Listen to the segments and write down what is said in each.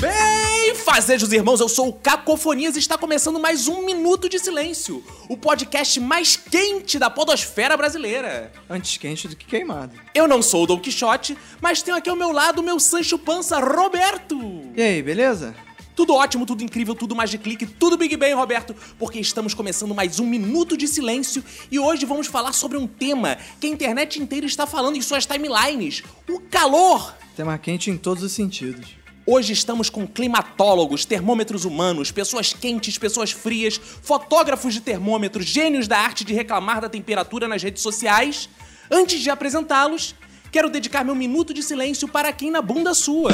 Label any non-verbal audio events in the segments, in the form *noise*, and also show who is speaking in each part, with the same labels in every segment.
Speaker 1: Bem, fazejos irmãos, eu sou o Cacofonias e está começando mais um Minuto de Silêncio, o podcast mais quente da podosfera brasileira.
Speaker 2: Antes quente do que queimado.
Speaker 1: Eu não sou o Don Quixote, mas tenho aqui ao meu lado o meu Sancho Pança Roberto.
Speaker 2: E aí, beleza?
Speaker 1: Tudo ótimo, tudo incrível, tudo mais de clique, tudo Big Bang, Roberto, porque estamos começando mais um Minuto de Silêncio e hoje vamos falar sobre um tema que a internet inteira está falando em suas timelines: o calor.
Speaker 2: Tema quente em todos os sentidos.
Speaker 1: Hoje estamos com climatólogos, termômetros humanos, pessoas quentes, pessoas frias, fotógrafos de termômetro, gênios da arte de reclamar da temperatura nas redes sociais. Antes de apresentá-los, quero dedicar meu minuto de silêncio para quem na bunda sua.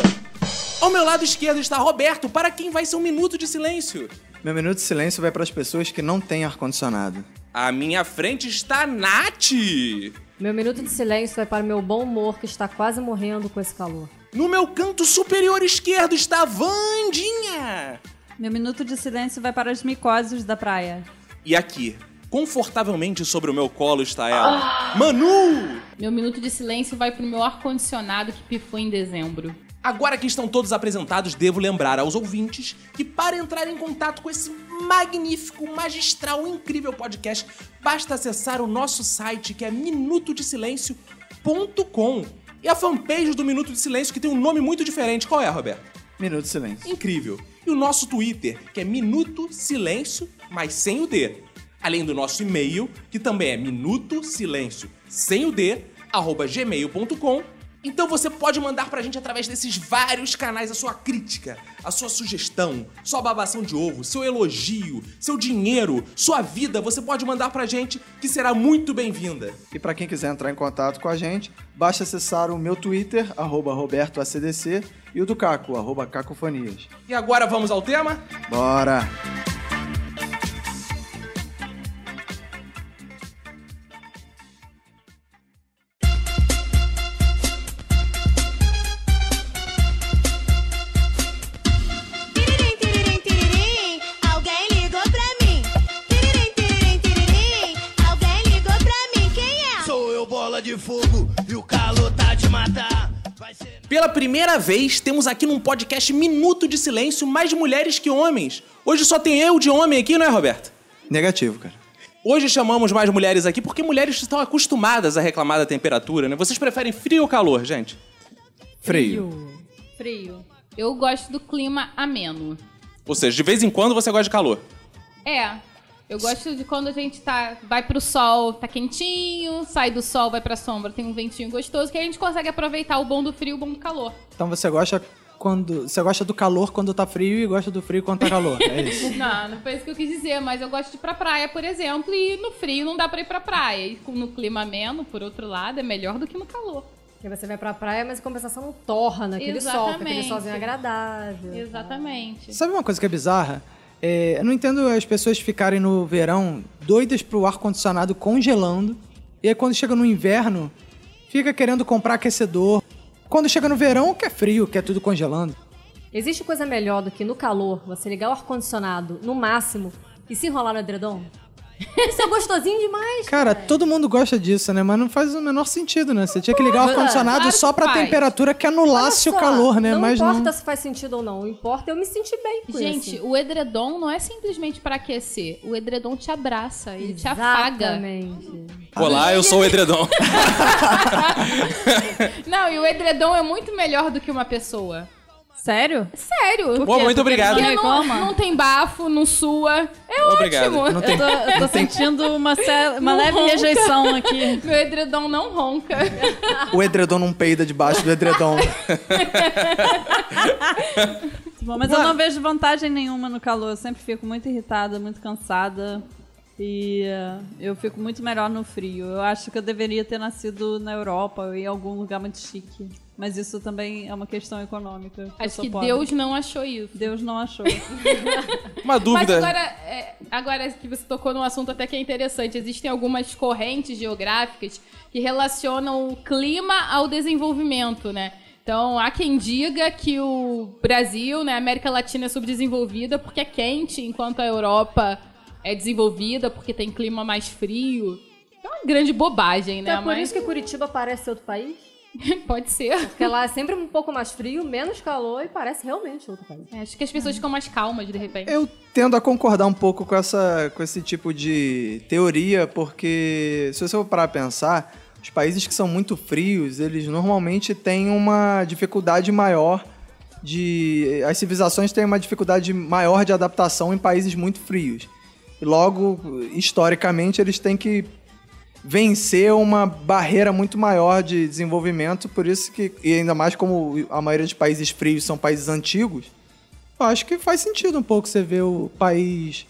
Speaker 1: Ao meu lado esquerdo está Roberto, para quem vai ser um minuto de silêncio.
Speaker 2: Meu minuto de silêncio vai para as pessoas que não têm ar-condicionado.
Speaker 1: À minha frente está Nath.
Speaker 3: Meu minuto de silêncio vai para o meu bom humor que está quase morrendo com esse calor.
Speaker 1: No meu canto superior esquerdo está Vandinha.
Speaker 4: Meu minuto de silêncio vai para as micoses da praia.
Speaker 1: E aqui, confortavelmente sobre o meu colo está ela, Manu!
Speaker 5: Meu minuto de silêncio vai pro meu ar-condicionado que pifou em dezembro.
Speaker 1: Agora que estão todos apresentados, devo lembrar aos ouvintes que para entrar em contato com esse magnífico, magistral, incrível podcast, basta acessar o nosso site que é minutodesilencio.com e a fanpage do Minuto de Silêncio que tem um nome muito diferente. Qual é, Roberto?
Speaker 2: Minuto de silêncio.
Speaker 1: Incrível. E o nosso Twitter, que é Minuto Silêncio, mas sem o D. Além do nosso e-mail, que também é Minuto Silêncio, sem o D, arroba gmail.com. Então você pode mandar pra gente através desses vários canais a sua crítica, a sua sugestão, sua babação de ovo, seu elogio, seu dinheiro, sua vida. Você pode mandar pra gente que será muito bem-vinda.
Speaker 2: E para quem quiser entrar em contato com a gente, basta acessar o meu Twitter, arroba robertoacdc, e o do Caco, arroba cacofonias.
Speaker 1: E agora vamos ao tema?
Speaker 2: Bora!
Speaker 6: Tiririm, tiririm, tiririm, alguém ligou pra mim. Tiririm, tiririm, tiririm, alguém ligou pra mim. Quem é?
Speaker 7: Sou eu bola de fogo e o calor tá de matar. Vai ser
Speaker 1: Pela primeira vez, temos aqui num podcast Minuto de Silêncio mais mulheres que homens. Hoje só tem eu de homem aqui, não é, Roberto?
Speaker 2: Negativo, cara.
Speaker 1: Hoje chamamos mais mulheres aqui porque mulheres estão acostumadas a reclamar da temperatura, né? Vocês preferem frio ou calor, gente?
Speaker 2: Freio.
Speaker 5: Frio. Eu gosto do clima ameno.
Speaker 1: Ou seja, de vez em quando você gosta de calor.
Speaker 5: É. Eu gosto de quando a gente tá, vai pro sol, tá quentinho, sai do sol, vai pra sombra, tem um ventinho gostoso, que a gente consegue aproveitar o bom do frio e o bom do *laughs* calor.
Speaker 2: Então você gosta quando. Você gosta do calor quando tá frio e gosta do frio quando tá calor. É isso.
Speaker 5: Não, não foi isso que eu quis dizer, mas eu gosto de ir pra praia, por exemplo, e no frio não dá pra ir pra praia. E com- no clima ameno, por outro lado, é melhor do que no calor.
Speaker 3: Porque você vai pra praia, mas em compensação não torra naquele sol, fica aquele
Speaker 5: Exatamente.
Speaker 3: solzinho agradável.
Speaker 5: Exatamente.
Speaker 2: Sabe uma coisa que é bizarra? É, eu não entendo as pessoas ficarem no verão doidas pro ar-condicionado congelando. E aí quando chega no inverno, fica querendo comprar aquecedor. Quando chega no verão, quer frio, quer tudo congelando.
Speaker 3: Existe coisa melhor do que no calor você ligar o ar-condicionado no máximo e se enrolar no edredom? *laughs* Isso é gostosinho demais.
Speaker 2: Cara, todo mundo gosta disso, né? Mas não faz o menor sentido, né? Você tinha que ligar o ar-condicionado
Speaker 5: claro
Speaker 2: só
Speaker 5: que
Speaker 2: pra
Speaker 5: faz.
Speaker 2: temperatura que
Speaker 3: Olha
Speaker 2: anulasse
Speaker 3: só,
Speaker 2: o calor, né?
Speaker 3: Não
Speaker 2: Mas
Speaker 3: importa
Speaker 2: não.
Speaker 3: se faz sentido ou não, o importa é eu me sentir bem
Speaker 4: Tipo
Speaker 3: com
Speaker 5: Gente,
Speaker 3: isso.
Speaker 5: o edredom não é simplesmente pra aquecer. O edredom te abraça, ele te afaga.
Speaker 3: Exatamente.
Speaker 1: Ah, Olá,
Speaker 5: né?
Speaker 1: eu sou o
Speaker 5: *laughs*
Speaker 1: Edredom.
Speaker 5: Não, e o edredom é muito melhor do que uma pessoa.
Speaker 4: Sério?
Speaker 5: Sério.
Speaker 1: Pô, muito obrigado.
Speaker 5: Porque
Speaker 4: Não
Speaker 5: não,
Speaker 4: reclama?
Speaker 5: não tem bafo, não sua. É
Speaker 1: Obrigado.
Speaker 5: ótimo.
Speaker 2: Não tem.
Speaker 4: Eu tô, eu tô sentindo uma, sé- uma
Speaker 5: Não
Speaker 4: leve
Speaker 5: ronca.
Speaker 4: rejeição aqui.
Speaker 5: *laughs* Meu edredom não
Speaker 4: *laughs*
Speaker 5: ronca.
Speaker 2: O edredom não peida debaixo do
Speaker 3: *laughs*
Speaker 2: edredom.
Speaker 4: Bom, mas eu não vejo vantagem nenhuma no calor. Eu sempre fico muito irritada, muito cansada. E eh, eu fico muito melhor no frio. Eu acho que eu deveria ter nascido na Europa ou em algum lugar muito chique. Mas isso também é uma questão econômica. porque eu
Speaker 5: Acho
Speaker 4: sou
Speaker 5: que
Speaker 4: pobre.
Speaker 5: Deus não achou isso.
Speaker 4: Deus não achou.
Speaker 8: Uma
Speaker 5: Mas
Speaker 8: dúvida.
Speaker 5: agora, é, agora que você tocou num assunto até que é interessante, existem algumas correntes geográficas que relacionam o clima ao desenvolvimento, né? Então, há quem diga que o Brasil, né, a América Latina é subdesenvolvida porque é quente, enquanto a Europa é desenvolvida porque tem clima mais frio. É uma grande bobagem, né?
Speaker 3: Então é por
Speaker 5: Mas
Speaker 3: isso que Curitiba parece outro país?
Speaker 5: *laughs* pode ser.
Speaker 3: Porque lá é sempre um pouco mais frio, menos calor e parece realmente outro país.
Speaker 5: É, acho que as pessoas ficam mais calmas, de repente.
Speaker 2: Eu tendo a concordar um pouco com, essa, com esse tipo de teoria, porque se você for parar a pensar, os países que são muito frios, eles normalmente têm uma dificuldade maior de. As civilizações têm uma dificuldade maior de adaptação em países muito frios. E logo, historicamente, eles têm que vencer uma barreira muito maior de desenvolvimento, por isso que, e ainda mais como a maioria dos países frios são países antigos, eu acho que faz sentido um pouco você ver o país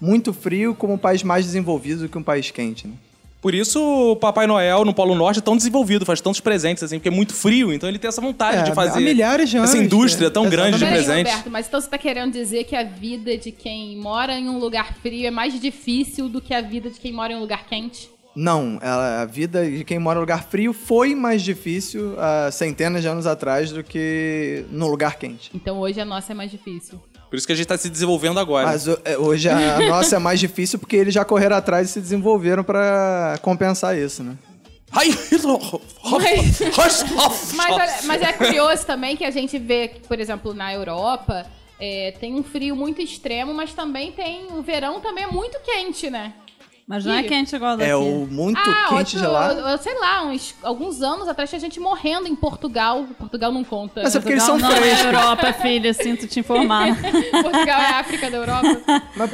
Speaker 2: muito frio como um país mais desenvolvido do que um país quente, né?
Speaker 1: Por isso o Papai Noel no Polo Norte é tão desenvolvido, faz tantos presentes, assim, porque é muito frio, então ele tem essa vontade
Speaker 2: É,
Speaker 1: de fazer.
Speaker 2: há milhares de anos,
Speaker 1: Essa indústria
Speaker 2: é,
Speaker 1: tão grande de
Speaker 5: Peraí,
Speaker 2: exatamente.
Speaker 1: presente.
Speaker 5: Roberto, mas então você tá querendo dizer que a vida de quem mora em um lugar frio é mais difícil do que a vida de quem mora em um lugar quente?
Speaker 2: Não, ela- a vida de quem mora em lugar frio foi mais difícil há centenas de anos atrás do que no lugar quente.
Speaker 5: Então hoje a nossa é mais difícil.
Speaker 1: Por isso que a gente tá se desenvolvendo agora.
Speaker 2: Mas ho- é, hoje a nossa é mais difícil porque eles já correram atrás e se desenvolveram pra compensar isso, né?
Speaker 1: Ai,
Speaker 5: Mas- Mas, olha, mas é curioso também que a gente vê, que, por exemplo, na Europa, é, tem um frio muito extremo, mas também tem. O verão também é muito quente, né?
Speaker 4: Mas não é
Speaker 5: Ih.
Speaker 4: quente igual daqui.
Speaker 2: É o muito quente
Speaker 5: Ah, outro-
Speaker 2: gelado.
Speaker 5: eu- eu sei lá, uns, alguns anos atrás tinha gente morrendo em Portugal. Portugal não conta. né?
Speaker 2: Mas é porque eles são
Speaker 4: Portugal não é
Speaker 2: frescos.
Speaker 4: Europa, filha, sinto te informar.
Speaker 5: *laughs* Portugal é a África da Europa.
Speaker 2: Mas...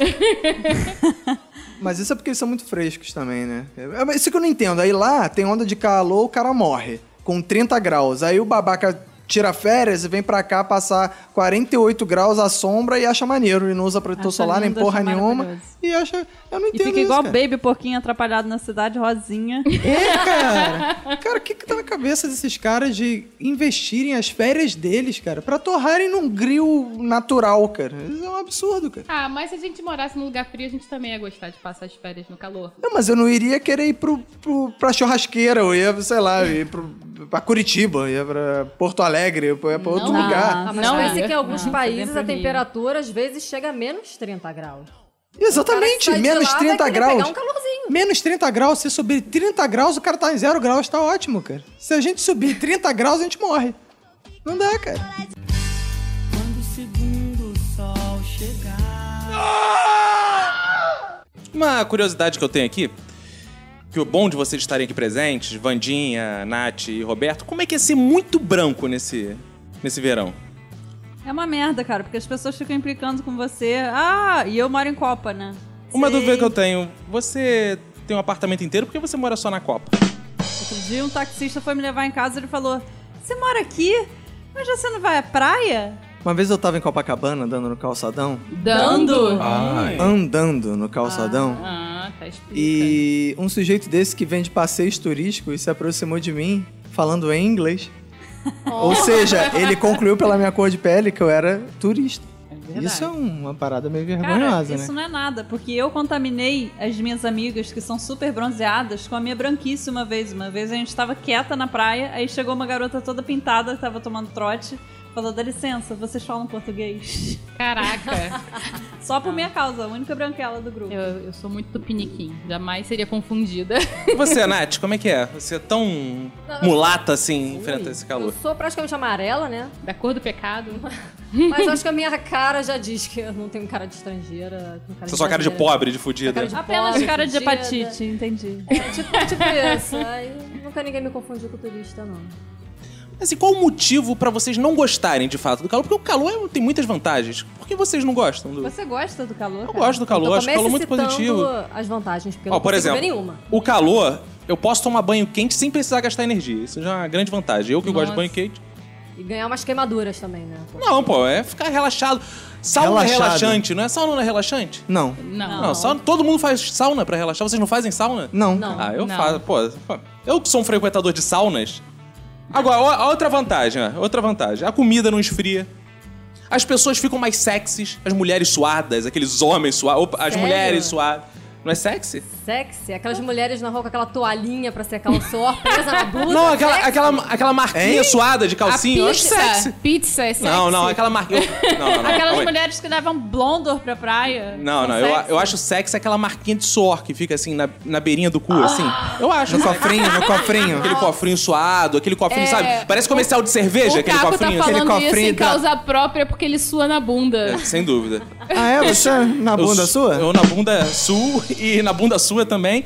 Speaker 2: Mas isso é porque eles são muito frescos também, né? É, mas isso que eu não entendo. Aí lá tem onda de calor, o cara morre com 30 graus. Aí o babaca tira férias e vem pra cá passar 48 graus à sombra e acha maneiro. E não usa protetor
Speaker 4: Acha
Speaker 2: solar,
Speaker 4: lindo,
Speaker 2: nem porra
Speaker 4: acha
Speaker 2: nenhuma.
Speaker 4: maravilhoso.
Speaker 2: E acha. Eu não
Speaker 4: E
Speaker 2: entendo.
Speaker 4: fica igual
Speaker 2: isso, cara.
Speaker 4: Baby Porquinho atrapalhado na cidade, rosinha.
Speaker 2: É, cara. Cara, o que que tá na cabeça desses caras de investirem as férias deles, cara, pra torrarem num grill natural, cara? Isso é um absurdo, cara.
Speaker 5: Ah, mas se a gente morasse num lugar frio, a gente também ia gostar de passar as férias no calor.
Speaker 2: Não, mas eu não iria querer ir pro, pro, pra churrasqueira, eu ia, sei lá, eu ia pro, pra Curitiba, eu ia pra Porto Alegre, eu ia pra outro
Speaker 5: Não.
Speaker 2: lugar.
Speaker 3: Ah, mas
Speaker 5: Não,
Speaker 3: parece
Speaker 5: é.
Speaker 3: que em alguns
Speaker 4: Não,
Speaker 3: países
Speaker 4: tá
Speaker 3: a
Speaker 4: dentro do Rio.
Speaker 3: temperatura às vezes chega a menos 30 graus.
Speaker 2: Exatamente,
Speaker 3: Sai de
Speaker 2: menos
Speaker 3: lá, vai
Speaker 2: 30
Speaker 3: querer
Speaker 2: graus.
Speaker 3: Pegar um calorzinho.
Speaker 2: Menos 30 graus, se subir 30 graus, o cara tá em 0 graus, tá ótimo, cara. Se a gente subir 30 graus, a gente morre. Não dá, cara.
Speaker 7: Quando o segundo sol chegar.
Speaker 1: Uma curiosidade que eu tenho aqui, que o bom de vocês estarem aqui presentes, Vandinha, Nath e Roberto, como é que é ser muito branco nesse, nesse verão?
Speaker 4: É uma merda, cara, porque as pessoas ficam implicando com você. Ah, e eu moro em Copa, né?
Speaker 1: Uma
Speaker 4: Sei.
Speaker 1: dúvida que eu tenho, você tem um apartamento inteiro, por que você mora só na Copa?
Speaker 4: Outro dia um taxista foi me levar em casa e ele falou: Você mora aqui? Mas você não vai à praia?
Speaker 2: Uma vez eu tava em Copacabana, andando no calçadão,
Speaker 5: Dando?
Speaker 1: Ai.
Speaker 2: andando no calçadão,
Speaker 5: Ah, tá explicando.
Speaker 2: E um sujeito desse que vende passeios turísticos se aproximou de mim falando em
Speaker 3: *laughs*
Speaker 2: inglês. Ou seja, ele concluiu pela minha cor de pele que eu era turista. isso é uma parada meio
Speaker 4: Cara,
Speaker 2: vergonhosa,
Speaker 4: isso
Speaker 2: né?
Speaker 4: não é nada, porque eu contaminei as minhas amigas que são super bronzeadas com a minha branquice uma vez. Uma vez a gente tava quieta na praia, aí chegou uma garota toda pintada que tava tomando trote, falou: Dá licença, vocês falam português? *laughs*
Speaker 5: Caraca,
Speaker 4: Só por minha causa, a única branquela do grupo.
Speaker 5: eu, eu sou muito tupiniquim. Jamais seria confundida.
Speaker 1: E você, Nath, como é que é? Você é tão mulata assim, enfrenta esse
Speaker 3: Eu
Speaker 1: calor.
Speaker 3: sou praticamente amarela, né?
Speaker 5: Da cor do pecado.
Speaker 3: Mas acho que a minha cara já diz que eu não tenho cara de estrangeira. tenho Cara
Speaker 1: Você é só cara de
Speaker 3: brasileira.
Speaker 1: pobre, né? de fudida.
Speaker 3: Cara de
Speaker 4: Apenas
Speaker 3: pobre,
Speaker 4: cara de
Speaker 3: fudida.
Speaker 4: hepatite, entendi.
Speaker 3: É, tipo, tipo isso. Aí nunca ninguém me confundiu com turista, não.
Speaker 1: Assim, qual o motivo pra vocês não gostarem de fato do calor? Porque o calor é- tem muitas vantagens. Por que vocês não gostam do.
Speaker 4: Você gosta do calor?
Speaker 1: Eu
Speaker 4: cara?
Speaker 1: gosto do
Speaker 3: Então,
Speaker 1: calor, acho o
Speaker 3: comece
Speaker 1: calor muito
Speaker 3: citando
Speaker 1: positivo.
Speaker 3: as vantagens, porque eu
Speaker 1: Ó,
Speaker 3: não
Speaker 1: por
Speaker 3: consigo
Speaker 1: exemplo,
Speaker 3: ver nenhuma.
Speaker 1: o calor, eu posso tomar banho quente sem precisar gastar energia. Isso já é uma grande vantagem. Eu que gosto de banho quente,
Speaker 3: E ganhar umas queimaduras também, né?
Speaker 1: Não, pô, é ficar relaxado. Sauna é
Speaker 2: Relaxado.
Speaker 1: relaxante, não é sauna não é relaxante?
Speaker 2: Não.
Speaker 5: Não.
Speaker 1: Não, sauna, todo mundo faz sauna pra relaxar. Vocês não fazem sauna?
Speaker 2: Não.
Speaker 3: Não.
Speaker 1: Ah, eu
Speaker 5: Não.
Speaker 1: faço. Pô, eu que sou um frequentador de saunas. Agora, ó- ó outra vantagem, ó, outra vantagem. A comida não esfria. As pessoas ficam mais sexys. As mulheres suadas, aqueles homens suados. opa, As
Speaker 3: Sério?
Speaker 1: mulheres suadas. Não é sexy?
Speaker 3: Sexy, aquelas mulheres na rua com aquela toalhinha pra secar o suor, presa na blusa.
Speaker 1: não, aquela, aquela, aquela marquinha suada de calcinha. Eu acho
Speaker 5: pizza,
Speaker 1: sexy.
Speaker 5: pizza é sexy.
Speaker 1: Não, não, aquela marquinha.
Speaker 5: *laughs*
Speaker 1: Não, não, não.
Speaker 5: Aquelas
Speaker 1: calma aí.
Speaker 5: mulheres que levam blondor pra praia.
Speaker 1: Não,
Speaker 5: são
Speaker 1: não, eu,
Speaker 5: sexy.
Speaker 1: eu acho sexy aquela marquinha de suor que fica assim na, na beirinha do cu,
Speaker 5: *gasps*
Speaker 1: assim. Eu acho.
Speaker 2: No cofrinho, no cofrinho.
Speaker 1: Aquele cofrinho suado, aquele cofrinho,
Speaker 5: É.
Speaker 1: sabe? Parece comercial de cerveja,
Speaker 5: o
Speaker 1: aquele
Speaker 5: Caco tá
Speaker 1: cofrinho.
Speaker 5: falando
Speaker 2: aquele
Speaker 5: isso
Speaker 2: cofrinho
Speaker 5: em
Speaker 2: da-
Speaker 5: causa própria porque ele sua na bunda.
Speaker 1: É, sem dúvida.
Speaker 2: Ah, é? Você na
Speaker 1: Eu su-
Speaker 2: bunda sua?
Speaker 1: Eu na bunda sul e na bunda sua também.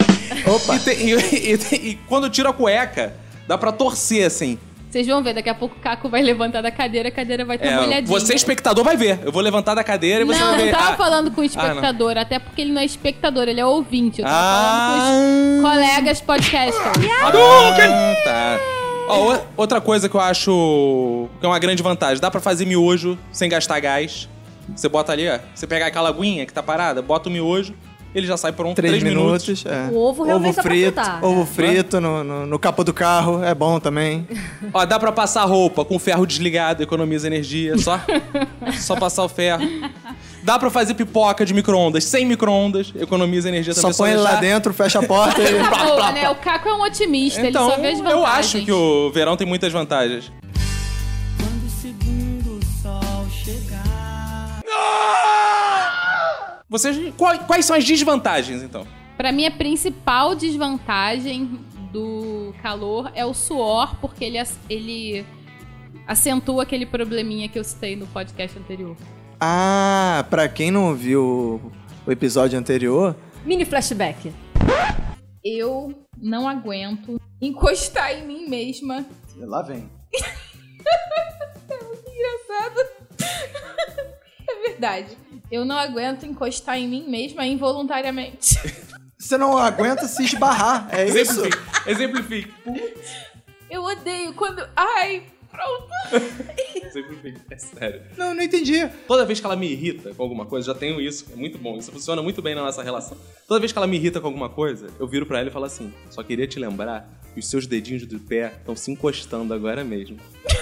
Speaker 1: Opa! E, tem- *laughs* e- e tem- e quando eu tiro a cueca, dá pra torcer, assim.
Speaker 5: Vocês vão ver, daqui a pouco o Caco vai levantar da cadeira, a cadeira vai estar
Speaker 1: É,
Speaker 5: molhadinha.
Speaker 1: você, espectador, vai ver. Eu vou levantar da cadeira e você
Speaker 5: não,
Speaker 1: vai ver.
Speaker 5: eu tava
Speaker 1: Ah,
Speaker 5: falando com o
Speaker 1: não.
Speaker 5: espectador, até porque ele não é espectador, ele é ouvinte. Eu tava
Speaker 1: Ah.
Speaker 5: falando com os
Speaker 1: *laughs*
Speaker 5: colegas podcasters.
Speaker 1: Hadouken! Tá. Ó, o- outra coisa que eu acho que é uma grande vantagem. Dá pra fazer miojo sem gastar gás. Você bota ali, ó. Você pega aquela aguinha que tá parada, bota o miojo, ele já sai pronto.
Speaker 2: Três,
Speaker 1: Três,
Speaker 2: minutos.
Speaker 1: minutos.
Speaker 2: é.
Speaker 3: O ovo realmente dá pra
Speaker 2: frito,
Speaker 3: fritar,
Speaker 2: Ovo
Speaker 3: né?
Speaker 2: frito no, no, no capô do carro, é bom também.
Speaker 1: Ó, dá pra passar roupa com o ferro desligado, economiza energia.
Speaker 5: *laughs*
Speaker 1: Só, só passar o ferro. Dá pra fazer pipoca de micro-ondas sem micro-ondas, economiza energia
Speaker 2: Só
Speaker 1: também.
Speaker 2: põe ele lá
Speaker 1: deixar-
Speaker 2: dentro, fecha a porta
Speaker 5: *laughs*
Speaker 2: e...
Speaker 5: Tá boa, né? O Caco é um otimista,
Speaker 1: um Então,
Speaker 5: ele só vê as vantagens.
Speaker 1: eu acho que o verão tem muitas vantagens.
Speaker 7: Quando o segundo sol chegar.
Speaker 1: Ah! Vocês, qual- quais são as desvantagens, então?
Speaker 5: Pra mim, a principal desvantagem do calor é o suor, porque ele, ac- ele acentua aquele probleminha que eu citei no podcast anterior.
Speaker 2: Ah, pra quem não ouviu o episódio anterior,
Speaker 3: Mini flashback.
Speaker 5: Eu não aguento encostar em mim mesma.
Speaker 2: lá vem.
Speaker 5: *laughs* É verdade. Eu não aguento encostar em mim mesma involuntariamente. *laughs*
Speaker 2: Você não aguenta se esbarrar, é isso?
Speaker 1: Exemplifique. Exemplifique.
Speaker 5: Eu odeio quando. Ai, pronto.
Speaker 1: Exemplifique. É sério.
Speaker 2: Não, não entendi.
Speaker 1: Toda vez que ela me irrita com alguma coisa, já tenho isso, é muito bom, isso funciona muito bem na nossa relação. Toda vez que ela me irrita com alguma coisa, eu viro pra ela e falo assim: só queria te lembrar que os seus dedinhos do pé estão se encostando agora mesmo.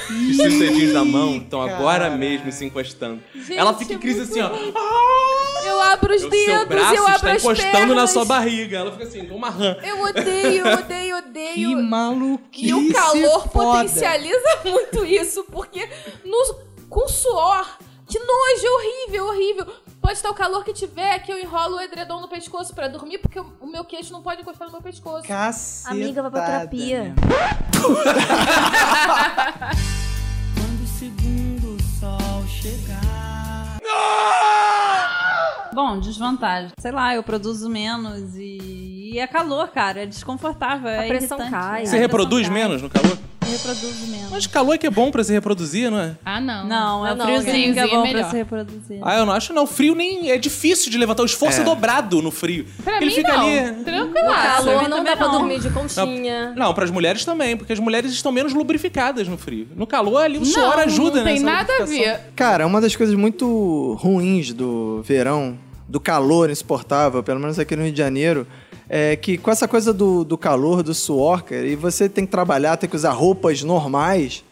Speaker 1: E os seus dedinhos da mão estão agora mesmo se encostando. ela fica em
Speaker 5: é
Speaker 1: crise
Speaker 5: muito
Speaker 1: assim, ó.
Speaker 5: Eu abro os
Speaker 1: O seu
Speaker 5: dedos,
Speaker 1: braço
Speaker 5: eu abro
Speaker 1: está
Speaker 5: as
Speaker 1: encostando
Speaker 5: pernas.
Speaker 1: na sua barriga. Ela fica assim, como uma rã.
Speaker 5: Eu odeio, odeio, odeio.
Speaker 2: maluquice
Speaker 5: E o calor
Speaker 2: foda.
Speaker 5: potencializa *laughs* muito isso, porque no- com suor, que nojo, é horrível, horrível. Pode estar o calor que tiver, que eu enrolo o edredom no pescoço pra dormir, porque o meu queixo não pode encostar no meu pescoço.
Speaker 2: Cacetada.
Speaker 3: Amiga, vai pra terapia.
Speaker 2: né?
Speaker 7: Quando o segundo sol chegar.
Speaker 4: Bom, desvantagem. Sei lá, eu produzo menos e, e é calor, cara. É desconfortável. é
Speaker 3: pressão
Speaker 4: irritante.
Speaker 3: cai.
Speaker 4: É,
Speaker 3: Você
Speaker 1: Você
Speaker 4: a
Speaker 1: reproduz
Speaker 4: pressão cai.
Speaker 1: menos no calor?
Speaker 4: Eu reproduzo menos.
Speaker 1: Mas calor é que é bom pra se reproduzir, não é?
Speaker 5: Ah,
Speaker 4: Não, é
Speaker 3: Não,
Speaker 4: o
Speaker 3: não,
Speaker 4: friozinho que
Speaker 5: friozinho
Speaker 4: é
Speaker 5: é
Speaker 4: bom pra
Speaker 5: melhor.
Speaker 4: se reproduzir.
Speaker 1: Ah, eu não acho não. Frio nem é difícil de levantar. O esforço é, dobrado no frio.
Speaker 5: Pra
Speaker 1: Ele
Speaker 5: mim,
Speaker 1: fica
Speaker 5: não.
Speaker 1: ali.
Speaker 3: No
Speaker 1: Ah,
Speaker 5: Tranquilaço.
Speaker 3: calor não
Speaker 4: também
Speaker 3: dá pra
Speaker 4: não.
Speaker 3: dormir de conchinha.
Speaker 1: Não, pras mulheres também, porque as mulheres estão menos lubrificadas no frio. No calor ali o
Speaker 5: Não,
Speaker 1: suor ajuda,
Speaker 5: não
Speaker 1: né?
Speaker 5: tem
Speaker 1: essa
Speaker 5: nada a
Speaker 1: lubrificação.
Speaker 5: ver.
Speaker 2: Cara, uma das coisas muito ruins do verão, do calor insuportável, pelo menos aqui no Rio de Janeiro, é que com essa coisa do, do calor, do suor, cara, e você tem que trabalhar, tem que usar roupas normais.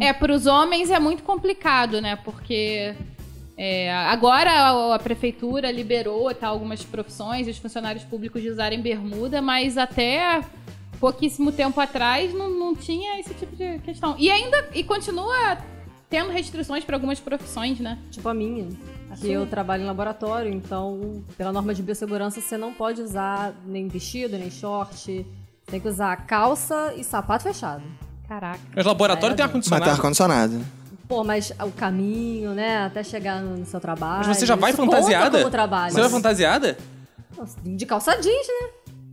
Speaker 5: É, pros homens é muito complicado, né? Porque é, agora a, a prefeitura liberou tá, algumas profissões, os funcionários públicos de usarem bermuda, mas até pouquíssimo tempo atrás não, não tinha esse tipo de questão. E ainda e continua tendo restrições para algumas profissões, né?
Speaker 3: Tipo a minha. Que eu trabalho em laboratório, então, pela norma de biossegurança, você não pode usar nem vestido, nem short. Tem que usar calça e sapato fechado.
Speaker 5: Caraca.
Speaker 1: Mas laboratório
Speaker 3: É,
Speaker 1: tem
Speaker 2: Mas tá
Speaker 1: ar-condicionado.
Speaker 2: ar-condicionado.
Speaker 3: Pô, mas o caminho, né? Até chegar no no seu trabalho.
Speaker 1: Mas você já vai
Speaker 3: Isso conta
Speaker 1: fantasiada?
Speaker 3: Como trabalho.
Speaker 1: Você vai fantasiada?
Speaker 3: Nossa, De calça jeans, né?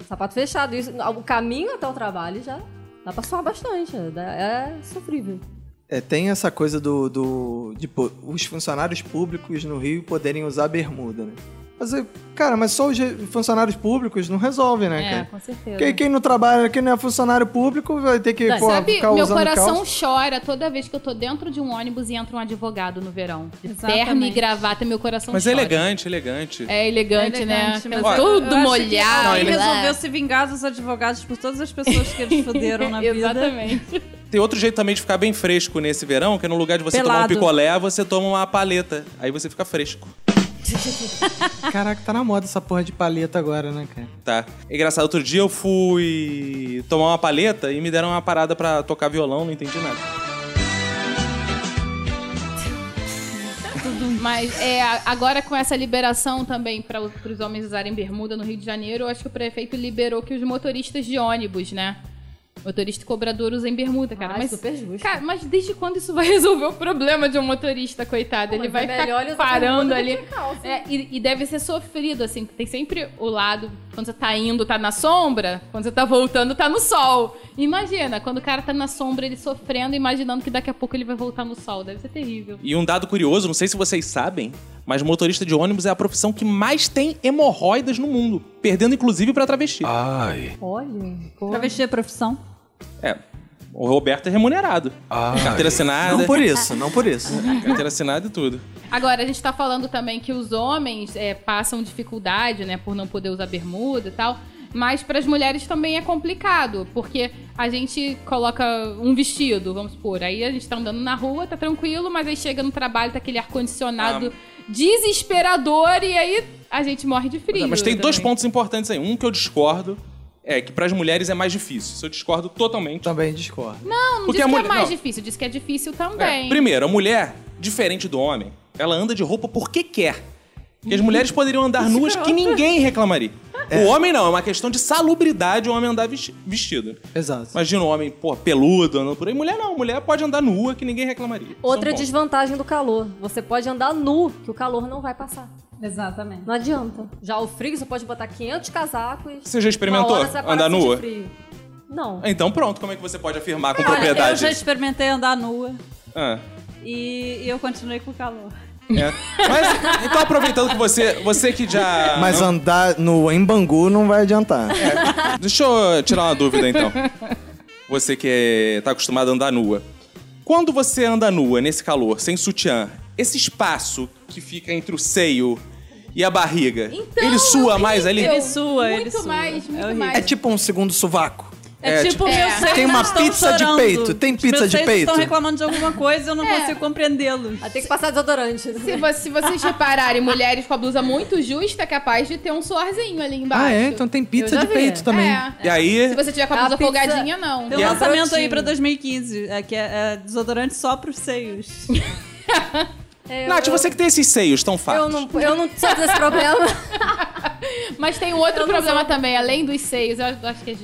Speaker 3: Sapato fechado. Isso, o caminho até o trabalho já dá pra suar bastante. né? Dá- É sofrível.
Speaker 2: É, tem essa coisa do, do de po- os funcionários públicos no Rio poderem usar bermuda, né? Mas, é, cara, mas só os ge- funcionários públicos não resolvem, né,
Speaker 4: É,
Speaker 2: cara?
Speaker 4: com certeza.
Speaker 2: Quem, quem não trabalha, quem não é funcionário público vai ter que
Speaker 4: Dane.
Speaker 2: pô,
Speaker 5: Sabe,
Speaker 2: ficar
Speaker 5: meu
Speaker 2: usando
Speaker 5: coração
Speaker 2: calça.
Speaker 5: chora toda vez que eu tô dentro de um ônibus e entra um advogado no verão. De
Speaker 4: Exatamente.
Speaker 5: terno e gravata, meu coração
Speaker 1: Mas é
Speaker 5: chora.
Speaker 1: elegante, elegante.
Speaker 5: É elegante,
Speaker 4: É
Speaker 5: né?
Speaker 4: elegante, mas
Speaker 5: Aquela-
Speaker 4: eu-
Speaker 5: Tudo
Speaker 4: eu acho que é
Speaker 5: molhado. né?
Speaker 1: é
Speaker 4: alguém
Speaker 5: blá.
Speaker 4: resolveu se vingar dos advogados por todas as pessoas que eles fuderam na vida. *laughs*
Speaker 5: Exatamente.
Speaker 1: Tem outro jeito também de ficar bem fresco nesse verão, que é no lugar de você tomar um
Speaker 4: Pelado.
Speaker 1: picolé, você toma uma paleta. Aí você fica fresco.
Speaker 2: *laughs* Caraca, tá na moda essa porra de paleta agora, né, cara?
Speaker 1: Tá. Engraçado, outro dia eu fui tomar uma paleta e me deram uma parada pra tocar violão, não entendi nada.
Speaker 5: Mas é, a- agora com essa liberação também para os homens usarem bermuda no Rio de Janeiro, eu acho que o prefeito liberou que os motoristas de ônibus, né? Motorista e cobrador usem bermuda, cara.
Speaker 3: Ai,
Speaker 5: mas,
Speaker 3: super justo.
Speaker 5: Cara, mas desde quando isso vai *laughs* resolver o problema de um motorista, coitado?
Speaker 3: Pô,
Speaker 5: Ele
Speaker 3: mas
Speaker 5: vai
Speaker 3: é melhor ele
Speaker 5: ficar
Speaker 3: usar
Speaker 5: parando
Speaker 3: bermuda do
Speaker 5: ali.
Speaker 3: que calça.
Speaker 5: É, e, e deve ser sofrido, assim. Tem sempre o lado, quando você tá indo, tá na sombra. Quando você tá voltando, tá no sol. Imagina, quando o cara tá na sombra, ele sofrendo, imaginando que daqui a pouco ele vai voltar no sol. Deve ser terrível.
Speaker 1: E um dado curioso, não sei se vocês sabem, mas motorista de ônibus é a profissão que mais tem hemorroidas no mundo, perdendo inclusive pra travesti.
Speaker 9: Ai,
Speaker 3: Olha, pô.
Speaker 4: Travesti é profissão.
Speaker 1: É, o Roberto é remunerado.
Speaker 9: ai.
Speaker 1: Carteira assinada,
Speaker 10: Não por isso, não por isso. *laughs*
Speaker 1: carteira assinada e
Speaker 3: *laughs*
Speaker 1: tudo.
Speaker 5: Agora, a gente tá falando também que os homens é, passam dificuldade, né, por não poder usar bermuda e tal. Mas para as mulheres também é complicado, porque a gente coloca um vestido, vamos supor. Aí a gente tá andando na rua, tá tranquilo, mas aí chega no trabalho, tá aquele ar-condicionado
Speaker 1: Ah.
Speaker 5: desesperador e aí a gente morre de frio.
Speaker 1: Mas tem dois
Speaker 5: também.
Speaker 1: pontos importantes aí. Um que eu discordo é que pras mulheres é mais difícil. Isso eu discordo totalmente.
Speaker 3: Tá
Speaker 2: Também discordo.
Speaker 5: Não,
Speaker 1: Porque
Speaker 5: diz
Speaker 1: a
Speaker 5: que
Speaker 1: mulher-
Speaker 5: é mais
Speaker 1: não.
Speaker 5: difícil, diz que é difícil
Speaker 1: É,
Speaker 5: também.
Speaker 1: primeiro, a mulher, diferente do homem, ela anda de roupa porque quer. Porque as mulheres poderiam andar nuas
Speaker 3: é
Speaker 1: que ninguém reclamaria. O homem não, é uma questão de salubridade o homem andar vesti- vestido.
Speaker 2: Exato.
Speaker 1: Imagina um homem, pô, peludo, andando por aí. Mulher não, mulher pode andar nua que ninguém reclamaria. Isso é um
Speaker 3: Outra
Speaker 1: ponto.
Speaker 3: desvantagem do calor. Você pode andar nu, que o calor não vai passar.
Speaker 4: Exatamente.
Speaker 3: Não adianta. Já o frio, você pode botar 500 casacos.
Speaker 1: Você já experimentou
Speaker 3: uma hora você vai parar
Speaker 1: andar
Speaker 3: de sentir
Speaker 1: nua?
Speaker 3: frio. Não.
Speaker 1: Então pronto, como é que você pode afirmar com
Speaker 4: Olha, eu
Speaker 1: propriedade?
Speaker 4: já experimentei andar nua
Speaker 1: Ah,
Speaker 4: e, e eu continuei com calor.
Speaker 1: é. Mas, então aproveitando que você, você que já...
Speaker 10: Mas andar no em Bangu não vai adiantar.
Speaker 1: Deixa eu tirar uma dúvida então. Você que é- tá acostumado a andar nua. Quando você anda nua nesse calor, sem sutiã, esse espaço que fica entre o seio e a barriga,
Speaker 5: Então,
Speaker 1: ele sua mais ali?
Speaker 5: horrível.
Speaker 4: Ele É sua,
Speaker 5: muito
Speaker 4: ele sua.
Speaker 5: mais, muito
Speaker 4: É
Speaker 2: *laughs*
Speaker 4: horrível.
Speaker 5: mais.
Speaker 10: É tipo um segundo sovaco.
Speaker 4: É,
Speaker 1: É, tipo-
Speaker 4: tipo, meu
Speaker 5: É.
Speaker 4: seio
Speaker 10: Tem uma
Speaker 4: estão
Speaker 10: pizza de
Speaker 4: chorando.
Speaker 10: peito, tem pizza
Speaker 4: Meus
Speaker 10: de
Speaker 4: seios
Speaker 10: peito?
Speaker 4: estão reclamando de alguma coisa e eu não consigo compreendê-los.
Speaker 3: Aí Tem que passar desodorante.
Speaker 5: Se, vo- se vocês repararem, mulheres com a blusa muito justa é capaz de ter um suorzinho ali embaixo.
Speaker 2: Ah, é? Então tem pizza
Speaker 3: Eu já
Speaker 2: de
Speaker 3: vi.
Speaker 2: peito também.
Speaker 5: É.
Speaker 1: E aí,
Speaker 5: Se você tiver com a
Speaker 3: A
Speaker 5: blusa
Speaker 3: pizza-
Speaker 5: folgadinha, não.
Speaker 4: Tem um
Speaker 1: E a
Speaker 4: lançamento
Speaker 3: brotinha?
Speaker 4: aí pra 2015, é, que é, é desodorante só pros seios.
Speaker 3: É, eu-
Speaker 1: Nath, você que tem esses seios tão
Speaker 3: *laughs* eu, eu
Speaker 1: fartos.
Speaker 3: não, eu não sou desse problema.
Speaker 1: *laughs*
Speaker 5: Mas tem um outro problema também, além dos seios. Eu acho que as,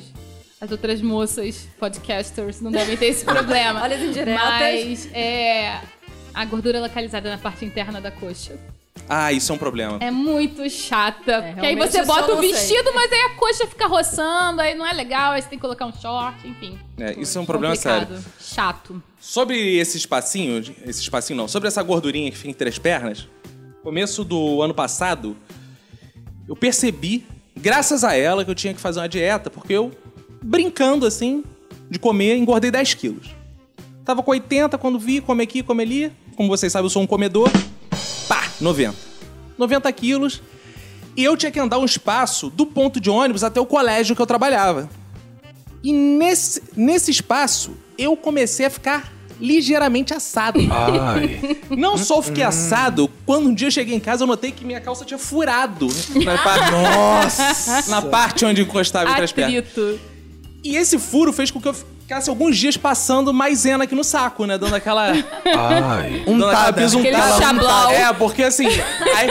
Speaker 5: as outras moças podcasters não devem
Speaker 3: *laughs*
Speaker 5: ter esse problema.
Speaker 3: Olha as indiretas.
Speaker 5: Mas é. A gordura localizada na parte interna da coxa.
Speaker 1: Ah, isso é um problema.
Speaker 5: É muito chata. porque aí
Speaker 3: É, realmente
Speaker 5: você
Speaker 3: eu só
Speaker 5: bota o
Speaker 3: não sei.
Speaker 5: vestido, mas aí a coxa fica roçando, aí não é legal, aí você tem que colocar um short, enfim.
Speaker 1: É, isso é um problema
Speaker 5: Complicado. Chato.
Speaker 1: Sobre esse espacinho, esse espacinho não, sobre essa gordurinha que fica entre as pernas, começo do ano passado, eu percebi, graças a ela, que eu tinha que fazer uma dieta, porque eu, brincando assim, de comer, engordei 10 quilos. Tava com 80 quando vi, come aqui, come ali. Como vocês sabem, eu sou um comedor. Pá, 90. 90 quilos. E eu tinha que andar um espaço do ponto de ônibus até o colégio que eu trabalhava. E nesse, nesse espaço, eu comecei a ficar ligeiramente assado.
Speaker 9: Ai.
Speaker 1: *laughs* Não só eu fiquei assado, quando um dia eu cheguei em casa, eu notei que minha calça tinha furado na, *laughs* par-
Speaker 10: Nossa!
Speaker 1: na parte onde encostava entre as pernas.
Speaker 5: Atrito.
Speaker 1: E esse furo fez com que eu ficasse alguns dias passando maisena aqui no saco, né? Dando aquela.
Speaker 9: Ai.
Speaker 1: dando aquela
Speaker 10: Untada.
Speaker 1: bisuntada.
Speaker 5: Aquele chablau.
Speaker 1: É, porque assim. Aí,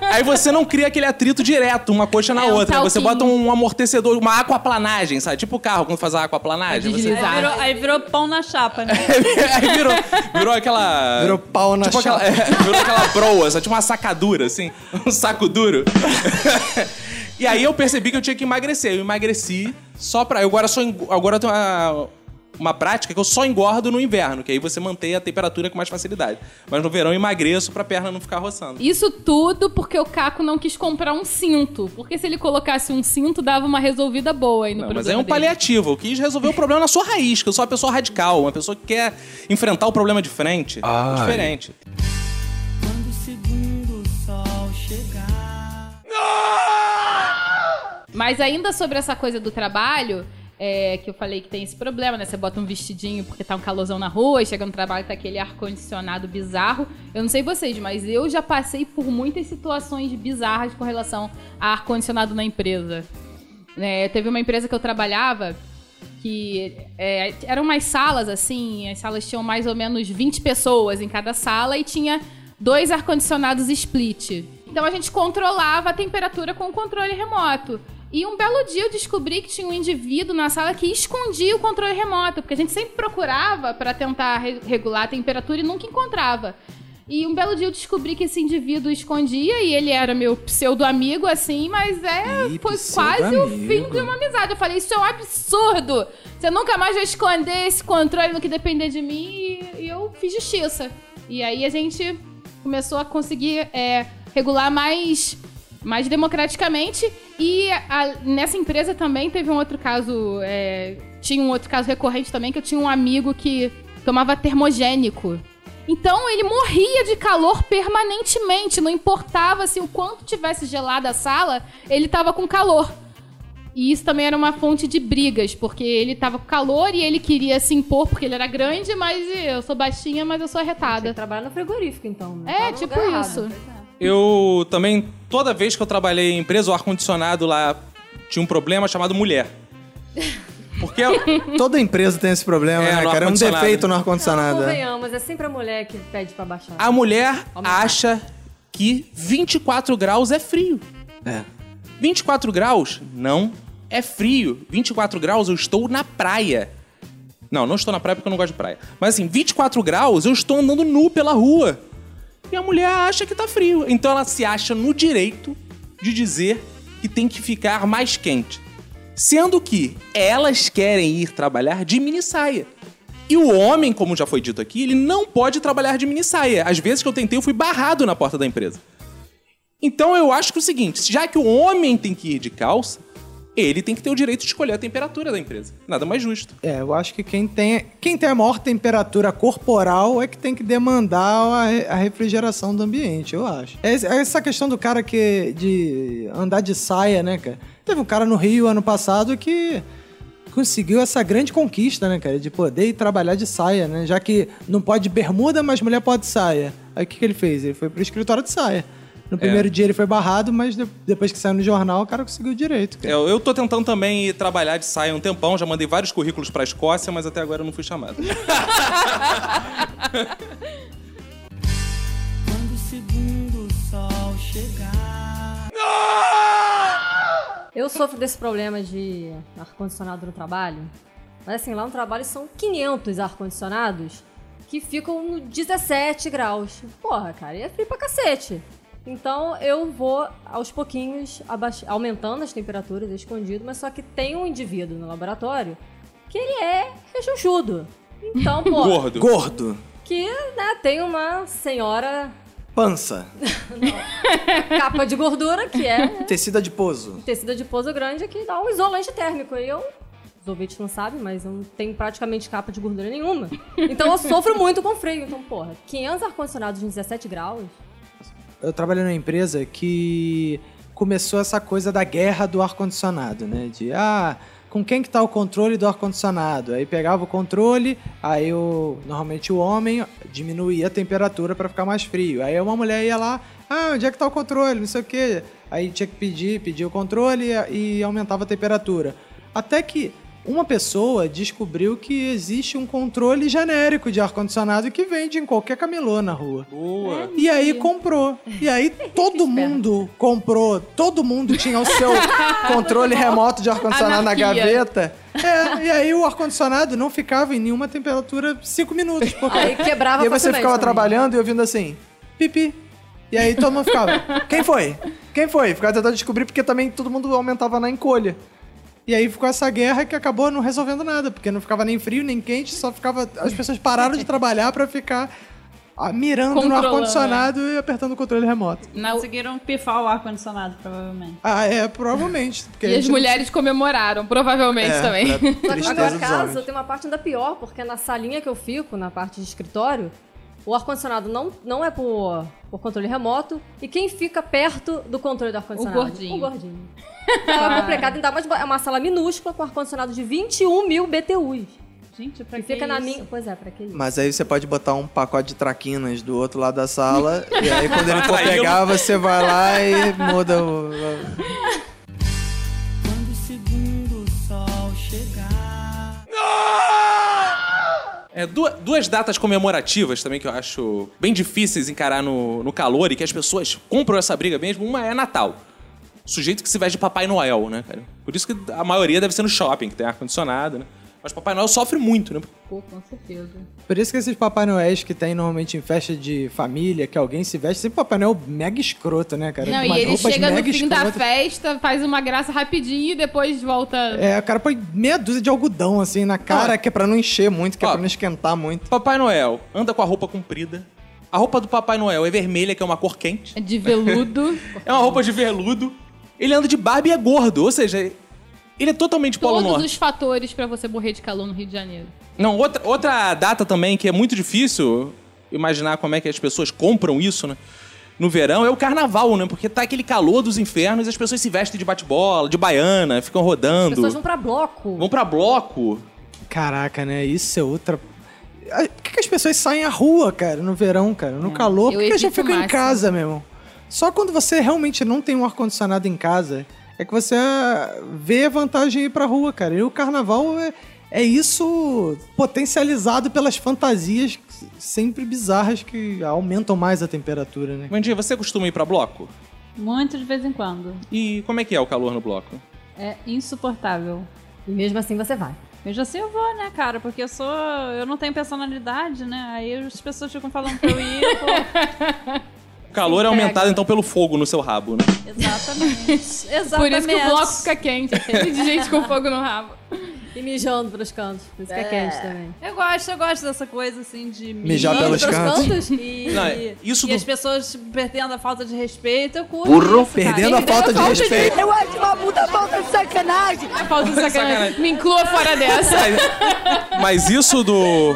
Speaker 1: aí você não cria aquele atrito direto, uma coxa na
Speaker 5: É, um
Speaker 1: outra. né? Você
Speaker 5: talquinho.
Speaker 1: bota um amortecedor, uma aquaplanagem, sabe? Tipo o carro quando faz a aquaplanagem.
Speaker 5: Pra
Speaker 1: você-
Speaker 5: deslizar.
Speaker 4: Aí virou, aí virou pão na chapa, né?
Speaker 1: *laughs* aí virou, virou aquela.
Speaker 10: Virou pau na
Speaker 1: tipo
Speaker 10: chapa.
Speaker 1: aquela, *laughs* é, Virou aquela broa, só tinha uma sacadura, assim, *laughs* um saco duro. *laughs* e aí eu percebi que eu tinha que emagrecer. Eu emagreci só pra. Eu agora sou. eng- Agora eu tenho uma, uma prática que eu só engordo no inverno, que aí você mantém a temperatura com mais facilidade. Mas no verão eu emagreço pra perna não ficar roçando.
Speaker 5: Isso tudo porque o Caco não quis comprar um cinto. Porque se ele colocasse um cinto, dava uma resolvida boa aí no
Speaker 1: Não,
Speaker 5: problema
Speaker 1: mas é um
Speaker 5: dele.
Speaker 1: paliativo. Eu quis resolver o problema na sua raiz, que eu sou uma pessoa radical, uma pessoa que quer enfrentar o problema de frente.
Speaker 9: Ai.
Speaker 1: Diferente.
Speaker 7: Quando o segundo sol chegar.
Speaker 5: Mas ainda sobre essa coisa do trabalho, é, que eu falei que tem esse problema, né? Você bota um vestidinho porque tá um calorzão na rua, e chega no trabalho tá aquele ar-condicionado bizarro. Eu não sei vocês, mas eu já passei por muitas situações bizarras com relação a ar-condicionado na empresa. É, teve uma empresa que eu trabalhava que é, eram umas salas assim, as salas tinham mais ou menos 20 pessoas em cada sala e tinha dois ar-condicionados split. Então a gente controlava a temperatura com o controle remoto. E um belo dia eu descobri que tinha um indivíduo na sala que escondia o controle remoto, porque a gente sempre procurava para tentar re- regular a temperatura e nunca encontrava. E um belo dia eu descobri que esse indivíduo escondia e ele era meu pseudo amigo, assim, mas é. foi quase o fim de uma amizade. Eu falei, isso é um absurdo! Você nunca mais vai esconder esse controle no que depender de mim e, e eu fiz justiça. E aí a gente começou a conseguir é, regular mais, mais democraticamente. E a- nessa empresa também teve um outro caso. é, tinha um outro caso recorrente também, que eu tinha um amigo que tomava termogênico. Então ele morria de calor permanentemente, não importava se o quanto tivesse gelada a sala, ele tava com calor. E isso também era uma fonte de brigas, porque ele tava com calor e ele queria se impor porque ele era grande, mas eu sou baixinha, mas eu sou arretada.
Speaker 3: Trabalha no frigorífico, então. né? Tá
Speaker 5: É,
Speaker 3: no
Speaker 5: tipo
Speaker 3: lugar errado. tá
Speaker 5: isso.
Speaker 1: Eu também, toda vez que eu trabalhei em empresa, o ar-condicionado lá tinha um problema chamado mulher. Porque
Speaker 10: Toda empresa tem esse problema,
Speaker 1: É,
Speaker 10: né,
Speaker 1: no
Speaker 10: cara? É um
Speaker 1: ar-condicionado.
Speaker 10: defeito no ar-condicionado. é.
Speaker 3: Convenhamos, é sempre a mulher que pede pra baixar.
Speaker 1: a mulher acha que 24 graus é frio.
Speaker 10: É.
Speaker 1: 24 graus não é frio. 24 graus eu estou na praia. Não, não estou na praia porque eu não gosto de praia. Mas assim, 24 graus eu estou andando nu pela rua. E a mulher acha que tá frio. Então ela se acha no direito de dizer que tem que ficar mais quente. Sendo que elas querem ir trabalhar de mini saia. E o homem, como já foi dito aqui, ele não pode trabalhar de mini saia. Às vezes que eu tentei, eu fui barrado na porta da empresa. Então eu acho que é o seguinte, já que o homem tem que ir de calça, ele tem que ter o direito de escolher a temperatura da empresa. Nada mais justo.
Speaker 2: É, eu acho que quem tem, quem tem a maior temperatura corporal é que tem que demandar a, re- a refrigeração do ambiente, eu acho. É esse- é Essa questão do cara que de andar de saia, né, cara? Teve um cara no Rio ano passado que conseguiu essa grande conquista, né, cara? De poder ir trabalhar de saia, né? Já que não pode bermuda, mas mulher pode saia. Aí o que, que ele fez? Ele foi pro escritório de saia.
Speaker 1: É.
Speaker 2: No primeiro dia ele foi barrado, mas de- depois que saiu no jornal, o cara conseguiu direito.
Speaker 1: É, Eu, tô tentando também ir trabalhar de saia há um tempão, já mandei vários currículos pra Escócia, mas até agora eu não fui chamado.
Speaker 7: Quando o segundo sol chegar.
Speaker 3: Eu sofro desse problema de ar-condicionado no trabalho. Mas assim, lá no trabalho são 500 ar-condicionados que ficam no 17 graus. Porra, cara, e é frio pra cacete. Então eu vou aos pouquinhos abaix- aumentando as temperaturas é escondido, mas só que tem um indivíduo no laboratório que ele é rechonchudo. Então, pô,
Speaker 1: Gordo.
Speaker 10: Gordo.
Speaker 3: que né, tem uma senhora
Speaker 10: Pança.
Speaker 3: capa de gordura que é
Speaker 10: Tecido adiposo.
Speaker 3: tecido adiposo grande que dá um isolante térmico. E eu, os ouvintes não sabem, mas eu não tenho praticamente capa de gordura nenhuma. Então eu sofro muito com frio. Então, porra, 500 ar-condicionados em 17 graus?
Speaker 2: eu trabalhei numa empresa que começou essa coisa da guerra do ar-condicionado, né? De, ah, com quem que tá o controle do ar-condicionado? Aí pegava o controle, aí o, normalmente o homem diminuía a temperatura para ficar mais frio. Aí uma mulher ia lá, ah, onde é que tá o controle? Não sei o quê. Aí tinha que pedir, pedir o controle e, e aumentava a temperatura. Até que uma pessoa descobriu que existe um controle genérico de ar-condicionado que vende em qualquer camelô na rua.
Speaker 1: Boa.
Speaker 2: E aí comprou. E aí todo mundo comprou. Todo mundo tinha o seu controle remoto de ar-condicionado na
Speaker 5: Anarquia.
Speaker 2: gaveta. É, e aí o ar-condicionado não ficava em nenhuma temperatura cinco minutos. Porque...
Speaker 3: Aí
Speaker 2: *laughs*
Speaker 3: quebrava
Speaker 2: E aí você
Speaker 3: facilmente né?
Speaker 2: ficava
Speaker 3: também.
Speaker 2: trabalhando e ouvindo assim, pipi. E aí todo
Speaker 3: *laughs*
Speaker 2: mundo ficava, quem foi? Quem foi? Ficava tentando descobrir porque também todo mundo aumentava na encolha. E aí ficou essa guerra que acabou não resolvendo nada, porque não ficava nem frio nem quente, só ficava. As pessoas pararam de trabalhar pra ficar ah, mirando no
Speaker 5: Controlando, né?
Speaker 2: ar-condicionado e apertando o controle remoto.
Speaker 4: Conseguiram pifar o ar-condicionado, provavelmente.
Speaker 2: Ah, é, provavelmente. Porque a
Speaker 5: E as
Speaker 2: gente não-
Speaker 5: mulheres comemoraram, provavelmente
Speaker 10: É,
Speaker 5: também.
Speaker 10: pra
Speaker 5: *laughs*
Speaker 3: Só que na
Speaker 10: tristeza
Speaker 3: minha
Speaker 10: dos
Speaker 3: casa
Speaker 10: homens.
Speaker 3: tem uma parte ainda pior, porque na salinha que eu fico, na parte de escritório, o ar-condicionado não, não é por, por controle remoto. E quem fica perto do controle do ar-condicionado?
Speaker 5: O gordinho.
Speaker 3: O gordinho. Então é complicado, ainda mais. É uma sala minúscula com ar-condicionado de 21 mil BTUs.
Speaker 4: Gente, pra
Speaker 3: E
Speaker 4: que
Speaker 3: fica na
Speaker 4: isso?
Speaker 3: minha. Pois é, pra que isso?
Speaker 10: Mas aí você pode botar um pacote de traquinas do outro lado da
Speaker 5: *laughs*
Speaker 10: sala. e aí quando ele for pegar, você vai lá e muda o.
Speaker 7: Quando o segundo sol chegar.
Speaker 1: É, du- duas, datas comemorativas também que eu acho bem difíceis encarar no, no calor e que as pessoas compram essa briga mesmo. Uma é Natal. Sujeito que se veste de Papai Noel, né, cara? Por isso que a maioria deve ser no shopping, que tem ar-condicionado, né? Mas Papai Noel sofre muito, né?
Speaker 5: Pô, com certeza.
Speaker 2: Por isso que esses Papai Noéis que tem normalmente em festa de família, que alguém se veste, sempre Papai Noel mega escroto, né, cara?
Speaker 5: Não,
Speaker 2: Com
Speaker 5: e
Speaker 2: umas
Speaker 5: ele
Speaker 2: roupas
Speaker 5: chega no
Speaker 2: mega
Speaker 5: fim da
Speaker 2: escrotas.
Speaker 5: festa, faz uma graça rapidinho e depois volta.
Speaker 2: É, o cara põe meia dúzia de algodão, assim, na cara, que é pra não encher muito, que
Speaker 1: Ó.
Speaker 2: é pra não esquentar muito.
Speaker 1: Papai Noel anda com a roupa comprida. A roupa do Papai Noel é vermelha, que é uma cor quente.
Speaker 5: De veludo.
Speaker 1: É uma roupa de veludo. Ele anda de barba e é gordo, ou seja, ele é totalmente polo
Speaker 5: Todos
Speaker 1: norte.
Speaker 5: os fatores pra você morrer de calor no Rio de Janeiro.
Speaker 1: Não, outra, outra data também que é muito difícil imaginar como é que as pessoas compram isso, né? No verão é o carnaval, né? Porque tá aquele calor dos infernos e as pessoas se vestem de bate-bola, de baiana, ficam
Speaker 3: As
Speaker 1: rodando.
Speaker 3: pessoas vão pra bloco.
Speaker 1: Vão pra bloco.
Speaker 2: Caraca, né? Isso é outra. Ah, Por que, que as pessoas saem à rua, cara, no verão, cara? No calor?
Speaker 5: eu
Speaker 2: Por que a gente
Speaker 5: evito o
Speaker 2: fica em
Speaker 5: máximo.
Speaker 2: casa, meu irmão? Só quando você realmente não tem um ar-condicionado em casa é que você ah, vê a vantagem em ir pra rua, cara. E o carnaval é, é isso potencializado pelas fantasias sempre bizarras que aumentam mais a temperatura, né?
Speaker 1: Mandinha, você costuma ir pra bloco?
Speaker 4: Muito de vez em quando.
Speaker 1: E como é que é o calor no bloco?
Speaker 4: É insuportável.
Speaker 3: E mesmo assim você vai.
Speaker 4: Mesmo assim eu vou, né, cara? Porque eu sou. Eu não tenho personalidade, né? Aí as pessoas ficam falando pra eu ir, eu vou.
Speaker 1: O calor é aumentado então pelo fogo no seu rabo, né? *laughs*
Speaker 4: Exatamente. Exatamente.
Speaker 5: Por isso que o bloco
Speaker 3: *laughs*
Speaker 5: fica quente. é cheio de gente com fogo no rabo.
Speaker 3: E mijando pelos cantos. Por isso que é, quente também.
Speaker 4: Eu gosto, eu gosto dessa coisa assim de
Speaker 10: Mijar
Speaker 4: mijando
Speaker 10: pelos
Speaker 4: pros
Speaker 10: cantos.
Speaker 4: E,
Speaker 1: Não, é- isso
Speaker 4: *laughs* e
Speaker 1: do-
Speaker 4: as pessoas perdendo a falta de respeito, eu curto.
Speaker 10: Burro.
Speaker 4: isso, cara.
Speaker 10: Perdendo a falta de respeito.
Speaker 6: Eu acho uma puta falta de sacanagem.
Speaker 5: É falta de sacanagem.
Speaker 1: Sacanagem.
Speaker 5: Me inclua fora dessa.
Speaker 1: Mas isso do.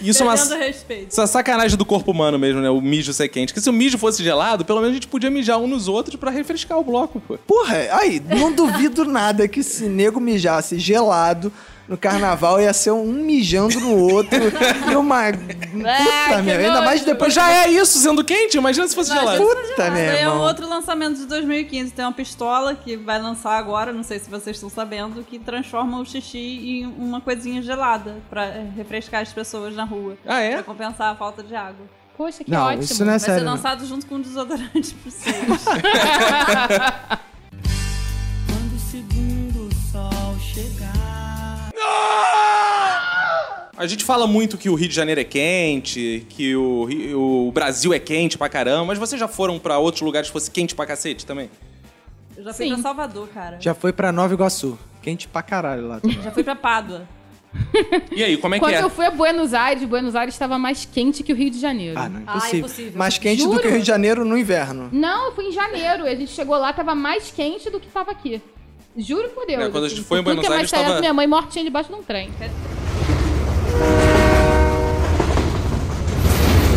Speaker 1: Isso é uma.
Speaker 4: Perdendo respeito.
Speaker 1: Essa sacanagem do corpo humano mesmo, né? O mijo ser quente. Porque se o mijo fosse gelado, pelo menos a gente podia mijar um nos outros pra refrescar o bloco, pô.
Speaker 10: Porra, aí, não duvido nada que se nego mijasse gelado no carnaval ia ser um mijando no outro e uma. Puta, meu, ainda
Speaker 5: nojo.
Speaker 10: mais depois.
Speaker 1: Mas já é isso sendo quente, imagina se fosse gelado.
Speaker 10: Puta, meu
Speaker 4: Daí é um
Speaker 10: irmão.
Speaker 4: outro lançamento de 2015. Tem uma pistola que vai lançar agora, não sei se vocês estão sabendo, que transforma o xixi em uma coisinha gelada pra refrescar as pessoas na rua.
Speaker 1: Ah, é?
Speaker 4: Pra compensar a falta de água.
Speaker 5: Poxa, que
Speaker 2: não,
Speaker 5: ótimo.
Speaker 2: isso não é
Speaker 4: Vai
Speaker 2: sério.
Speaker 4: ser
Speaker 10: né?
Speaker 2: não.
Speaker 4: lançado junto com um desodorante *laughs* pro vocês.
Speaker 7: Quando o segundo sol chegar.
Speaker 1: A gente fala muito que o Rio de Janeiro é quente, que o, Rio- o Brasil é quente pra caramba, mas vocês já foram pra outros lugares que fosse quente pra cacete também?
Speaker 4: Eu já fui
Speaker 5: Sim.
Speaker 4: pra Salvador, cara. Já,
Speaker 2: Já foi pra Nova Iguaçu. Quente pra caralho lá. também.
Speaker 4: fui pra Pádua.
Speaker 1: E aí, como é
Speaker 5: Quando
Speaker 1: que é?
Speaker 5: eu fui a Buenos Aires, Buenos Aires estava mais quente que o Rio de Janeiro.
Speaker 10: Ah, não,
Speaker 3: Ah,
Speaker 10: impossível.
Speaker 3: impossível.
Speaker 10: Mais quente do que o Rio de Janeiro no inverno.
Speaker 5: Não, eu fui em janeiro. e A gente chegou lá, tava mais quente do que tava aqui. Juro por Deus.
Speaker 1: É, quando a gente foi em
Speaker 5: tudo
Speaker 1: Buenos
Speaker 5: que é mais
Speaker 1: Aires,
Speaker 5: italiano,
Speaker 1: tava-
Speaker 5: Minha mãe mortinha debaixo de um trem.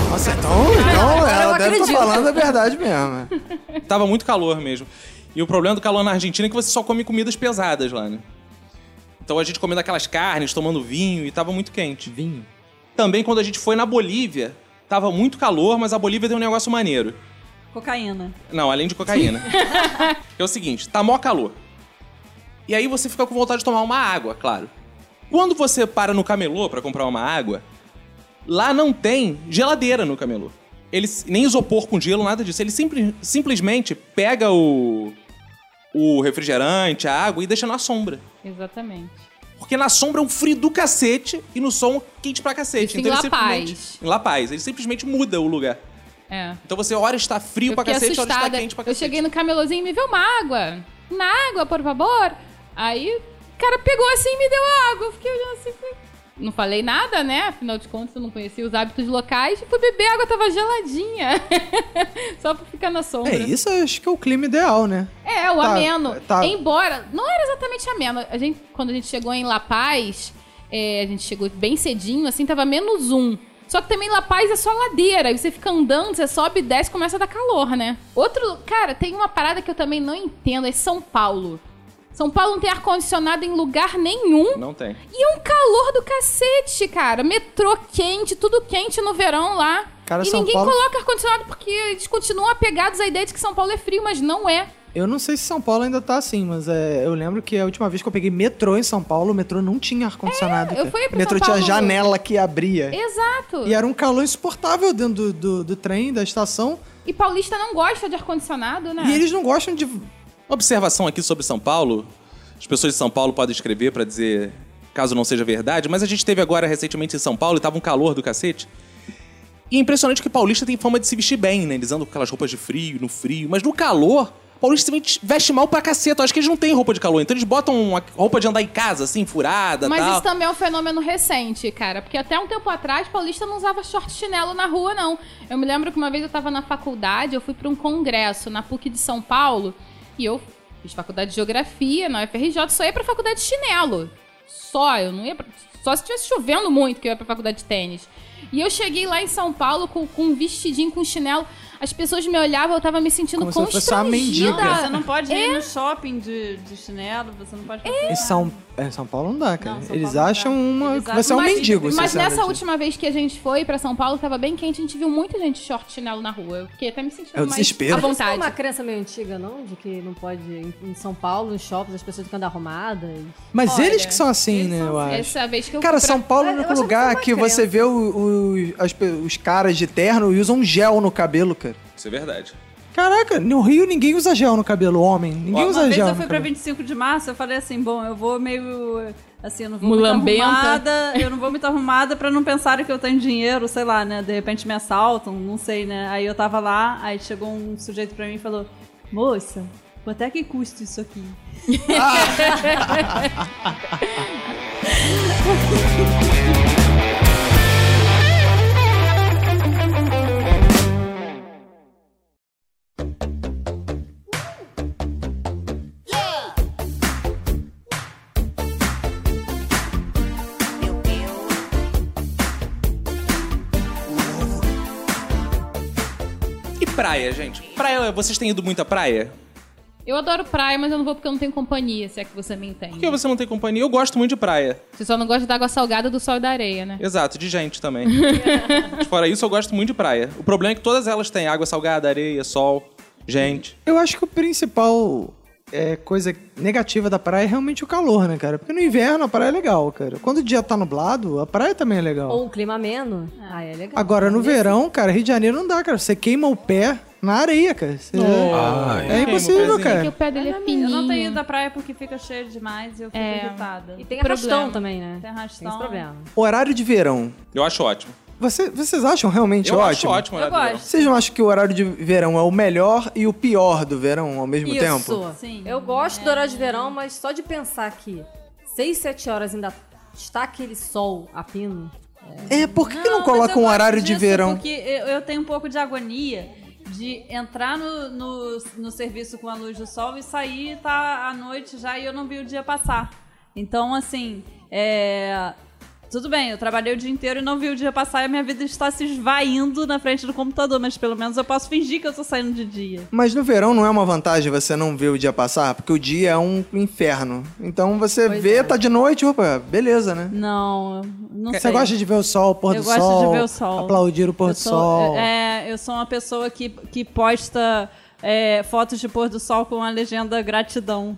Speaker 10: Nossa, então, então ela deve estar
Speaker 3: acredito.
Speaker 10: falando a verdade mesmo.
Speaker 1: Tava muito calor mesmo. E o problema do calor na Argentina é que você só come comidas pesadas lá, né? Então a gente comendo aquelas carnes, tomando vinho e tava muito quente.
Speaker 2: Vinho.
Speaker 1: Também quando a gente foi na Bolívia, tava muito calor, mas a Bolívia tem um negócio maneiro.
Speaker 4: Cocaína.
Speaker 1: Não, além de
Speaker 5: *laughs*
Speaker 1: cocaína. é o seguinte, tá mó calor. E aí você fica com vontade de tomar uma água, claro. Quando você para no camelô pra comprar uma água, lá não tem geladeira no camelô. Eles nem isopor com gelo, nada disso. Ele simple- simplesmente pega o o refrigerante, a água e deixa na sombra.
Speaker 5: Exatamente.
Speaker 1: Porque na sombra é um frio do cacete e no som quente pra cacete. Então
Speaker 5: Isso em La
Speaker 1: simplesmente-
Speaker 5: Paz.
Speaker 1: Em La Paz. Ele simplesmente muda o lugar.
Speaker 5: É.
Speaker 1: Então você, hora está frio
Speaker 5: Eu
Speaker 1: pra
Speaker 5: fiquei
Speaker 1: cacete, hora está
Speaker 5: assustada.
Speaker 1: quente pra
Speaker 5: Eu
Speaker 1: cacete.
Speaker 5: cheguei no camelôzinho e me viu uma água. Uma água, por favor. Aí o cara pegou assim e me deu a água. Eu fiquei olhando assim, falei, não falei nada, né? Afinal de contas, eu não conhecia os hábitos locais. Fui beber, a água tava geladinha. *laughs* Só pra ficar na sombra.
Speaker 2: É, isso eu acho que é o clima ideal, né?
Speaker 5: É, o
Speaker 2: Tá,
Speaker 5: ameno.
Speaker 2: tá.
Speaker 5: Embora, não era exatamente ameno. A gente, quando a gente chegou em La Paz, é, a gente chegou bem cedinho, assim, tava menos um. Só que também La Paz é só ladeira. Aí você fica andando, você sobe e desce, começa a dar calor, né? Outro, cara, tem uma parada que eu também não entendo, é São Paulo. São Paulo não tem ar-condicionado em lugar nenhum.
Speaker 1: Não tem.
Speaker 5: E é um calor do cacete, cara. Metrô quente, tudo quente no verão lá.
Speaker 2: Cara,
Speaker 5: e
Speaker 2: São
Speaker 5: ninguém
Speaker 2: Paulo-
Speaker 5: coloca ar-condicionado porque eles continuam apegados à ideia de que São Paulo é frio, mas não é.
Speaker 2: Eu não sei se São Paulo ainda tá assim, mas é, eu lembro que a última vez que eu peguei metrô em São Paulo, o metrô não tinha ar-condicionado.
Speaker 5: eu
Speaker 2: cara.
Speaker 5: fui pra
Speaker 2: o metrô
Speaker 5: São
Speaker 2: tinha
Speaker 5: Paulo-
Speaker 2: janela que abria.
Speaker 5: Exato.
Speaker 2: E era um calor insuportável dentro do, do, do trem, da estação.
Speaker 5: E paulista não gosta de ar-condicionado, né?
Speaker 2: E eles não gostam de.
Speaker 1: Uma observação aqui sobre São Paulo. As pessoas de São Paulo podem escrever pra dizer, caso não seja verdade, mas a gente teve agora recentemente em São Paulo e tava um calor do cacete. E é impressionante que paulista tem fama de se vestir bem, né? Eles andam com aquelas roupas de frio, no frio, mas no calor, paulista se veste mal pra caceta. Eu acho que eles não têm roupa de calor, então eles botam uma roupa de andar em casa, assim, furada
Speaker 5: Mas
Speaker 2: tá-
Speaker 1: tal.
Speaker 5: isso também é um fenômeno recente, cara. Porque até um tempo atrás, paulista não usava short chinelo na rua, não. Eu me lembro que uma vez eu tava na faculdade, eu fui pra um congresso na PUC de São Paulo. E eu fiz faculdade de geografia na UFRJ, só ia pra faculdade de chinelo. Só, eu não ia pra... Só se estivesse chovendo muito que eu ia pra faculdade de tênis. E eu cheguei lá em São Paulo com, com um vestidinho, com chinelo. As pessoas me olhavam, eu tava me sentindo
Speaker 2: Como se eu
Speaker 5: constrangida.
Speaker 2: fosse uma mendiga.
Speaker 4: Não, você não pode
Speaker 5: É.
Speaker 4: ir no shopping de, de chinelo, você não pode fazer
Speaker 2: Em
Speaker 4: nada.
Speaker 2: São, é, São Paulo não dá, cara.
Speaker 4: Não, São
Speaker 2: eles
Speaker 4: Paulo não
Speaker 2: acham
Speaker 4: dá.
Speaker 2: uma
Speaker 4: Eles
Speaker 2: que você é um
Speaker 4: acham-
Speaker 2: mendigo. se
Speaker 5: Mas
Speaker 2: você
Speaker 5: nessa
Speaker 2: anda de-
Speaker 5: última vez que a gente foi pra São Paulo, tava bem quente, a gente viu muita gente de short chinelo na rua. Eu fiquei até me sentindo
Speaker 2: É o
Speaker 5: mais
Speaker 2: desespero.
Speaker 5: à
Speaker 3: Isso não é uma
Speaker 5: vontade.
Speaker 3: crença meio antiga, não? De que não pode, em em São Paulo, nos shoppings, as pessoas ficam arrumadas.
Speaker 2: Mas
Speaker 5: Olha,
Speaker 2: eles que são assim, né, eu acho.
Speaker 5: Essa vez que eu
Speaker 2: Cara,
Speaker 5: fui é pra-
Speaker 2: São Paulo é o
Speaker 3: Eu
Speaker 2: único
Speaker 3: achava
Speaker 2: lugar
Speaker 3: que
Speaker 2: que
Speaker 3: era uma
Speaker 2: você vê o- o- as pe- os caras de terno e usam gel no cabelo, cara.
Speaker 1: Isso é verdade.
Speaker 2: Caraca, no Rio ninguém usa gel no cabelo, homem. Ninguém
Speaker 4: Uma
Speaker 2: usa
Speaker 4: vez
Speaker 2: gel.
Speaker 4: eu
Speaker 2: no
Speaker 4: fui pra
Speaker 2: cabelo.
Speaker 4: 25 de março, eu falei assim, bom, eu vou meio assim, eu não vou muito
Speaker 5: Mulambenta.
Speaker 4: arrumada, eu não vou muito arrumada pra não pensarem que eu tenho dinheiro, sei lá, né? De repente me assaltam, não sei, né? Aí eu tava lá, aí chegou um sujeito pra mim e falou: "Moça, quanto é que custa isso aqui?"
Speaker 1: E praia, gente? Praia, vocês têm ido muito à praia?
Speaker 5: Eu adoro praia, mas eu não vou porque eu não tenho companhia, se é que você me entende.
Speaker 1: Por que você não tem companhia? Eu gosto muito de praia.
Speaker 5: Você só não gosta da água salgada, do sol e da areia, né?
Speaker 1: Exato, de gente também. Mas Fora isso, eu gosto muito de praia. O problema é que todas elas têm água salgada, areia, sol, gente.
Speaker 2: Eu acho que o principal é, coisa negativa da praia é realmente o calor, né, cara? Porque no inverno a praia é legal, cara. Quando o dia tá nublado, a praia também é legal.
Speaker 3: Ou um clima ameno. Ah, é legal.
Speaker 2: Agora, no verão, cara, Rio de Janeiro não dá, cara. Você queima o pé na areia, cara. Você-
Speaker 9: Ai.
Speaker 2: É
Speaker 1: Queima o
Speaker 2: impossível,
Speaker 1: pezinho.
Speaker 5: Porque
Speaker 2: cara.
Speaker 5: o pé dele é fininho. É.
Speaker 4: Eu não tenho ido à praia porque fica cheio demais e eu fico irritada.
Speaker 3: E tem
Speaker 5: Problema.
Speaker 3: arrastão também, né?
Speaker 4: Tem arrastão.
Speaker 3: esse problema.
Speaker 2: Horário de verão.
Speaker 1: Eu acho ótimo.
Speaker 2: Você- vocês acham realmente
Speaker 1: Eu acho
Speaker 2: ótimo?
Speaker 1: ótimo,
Speaker 4: Eu
Speaker 1: né, Adriano?
Speaker 4: gosto.
Speaker 2: Vocês não acham que o horário de verão é o melhor e o pior do verão ao mesmo
Speaker 3: Isso.
Speaker 2: tempo?
Speaker 4: Sim.
Speaker 3: Eu gosto do horário de verão, mas só de pensar que 6, 7 horas ainda está aquele sol a pino.
Speaker 2: É, por que não,
Speaker 4: mas eu
Speaker 2: colocam um
Speaker 4: gosto
Speaker 2: horário de
Speaker 4: disso
Speaker 2: verão?
Speaker 4: Porque eu, eu tenho um pouco de agonia de entrar no, no, no serviço com a luz do sol e sair e tá à noite já e eu não vi o dia passar. Então, assim, é, Tudo bem, eu trabalhei o dia inteiro e não vi o dia passar e a minha vida está se esvaindo na frente do computador, mas pelo menos eu posso fingir que eu tô saindo de dia.
Speaker 2: Mas no verão não é uma vantagem você não ver o dia passar, porque o dia é um inferno. Então você vê, tá de noite, opa, beleza, né?
Speaker 4: Não, não sei.
Speaker 2: Você gosta de ver o sol, o pôr
Speaker 4: Eu
Speaker 2: do
Speaker 4: gosto
Speaker 2: sol,
Speaker 4: de ver o sol.
Speaker 2: aplaudir o pôr
Speaker 4: Eu
Speaker 2: do
Speaker 4: sou-
Speaker 2: sol.
Speaker 4: É, eu sou uma pessoa que, que posta é, fotos de pôr do sol com a legenda gratidão.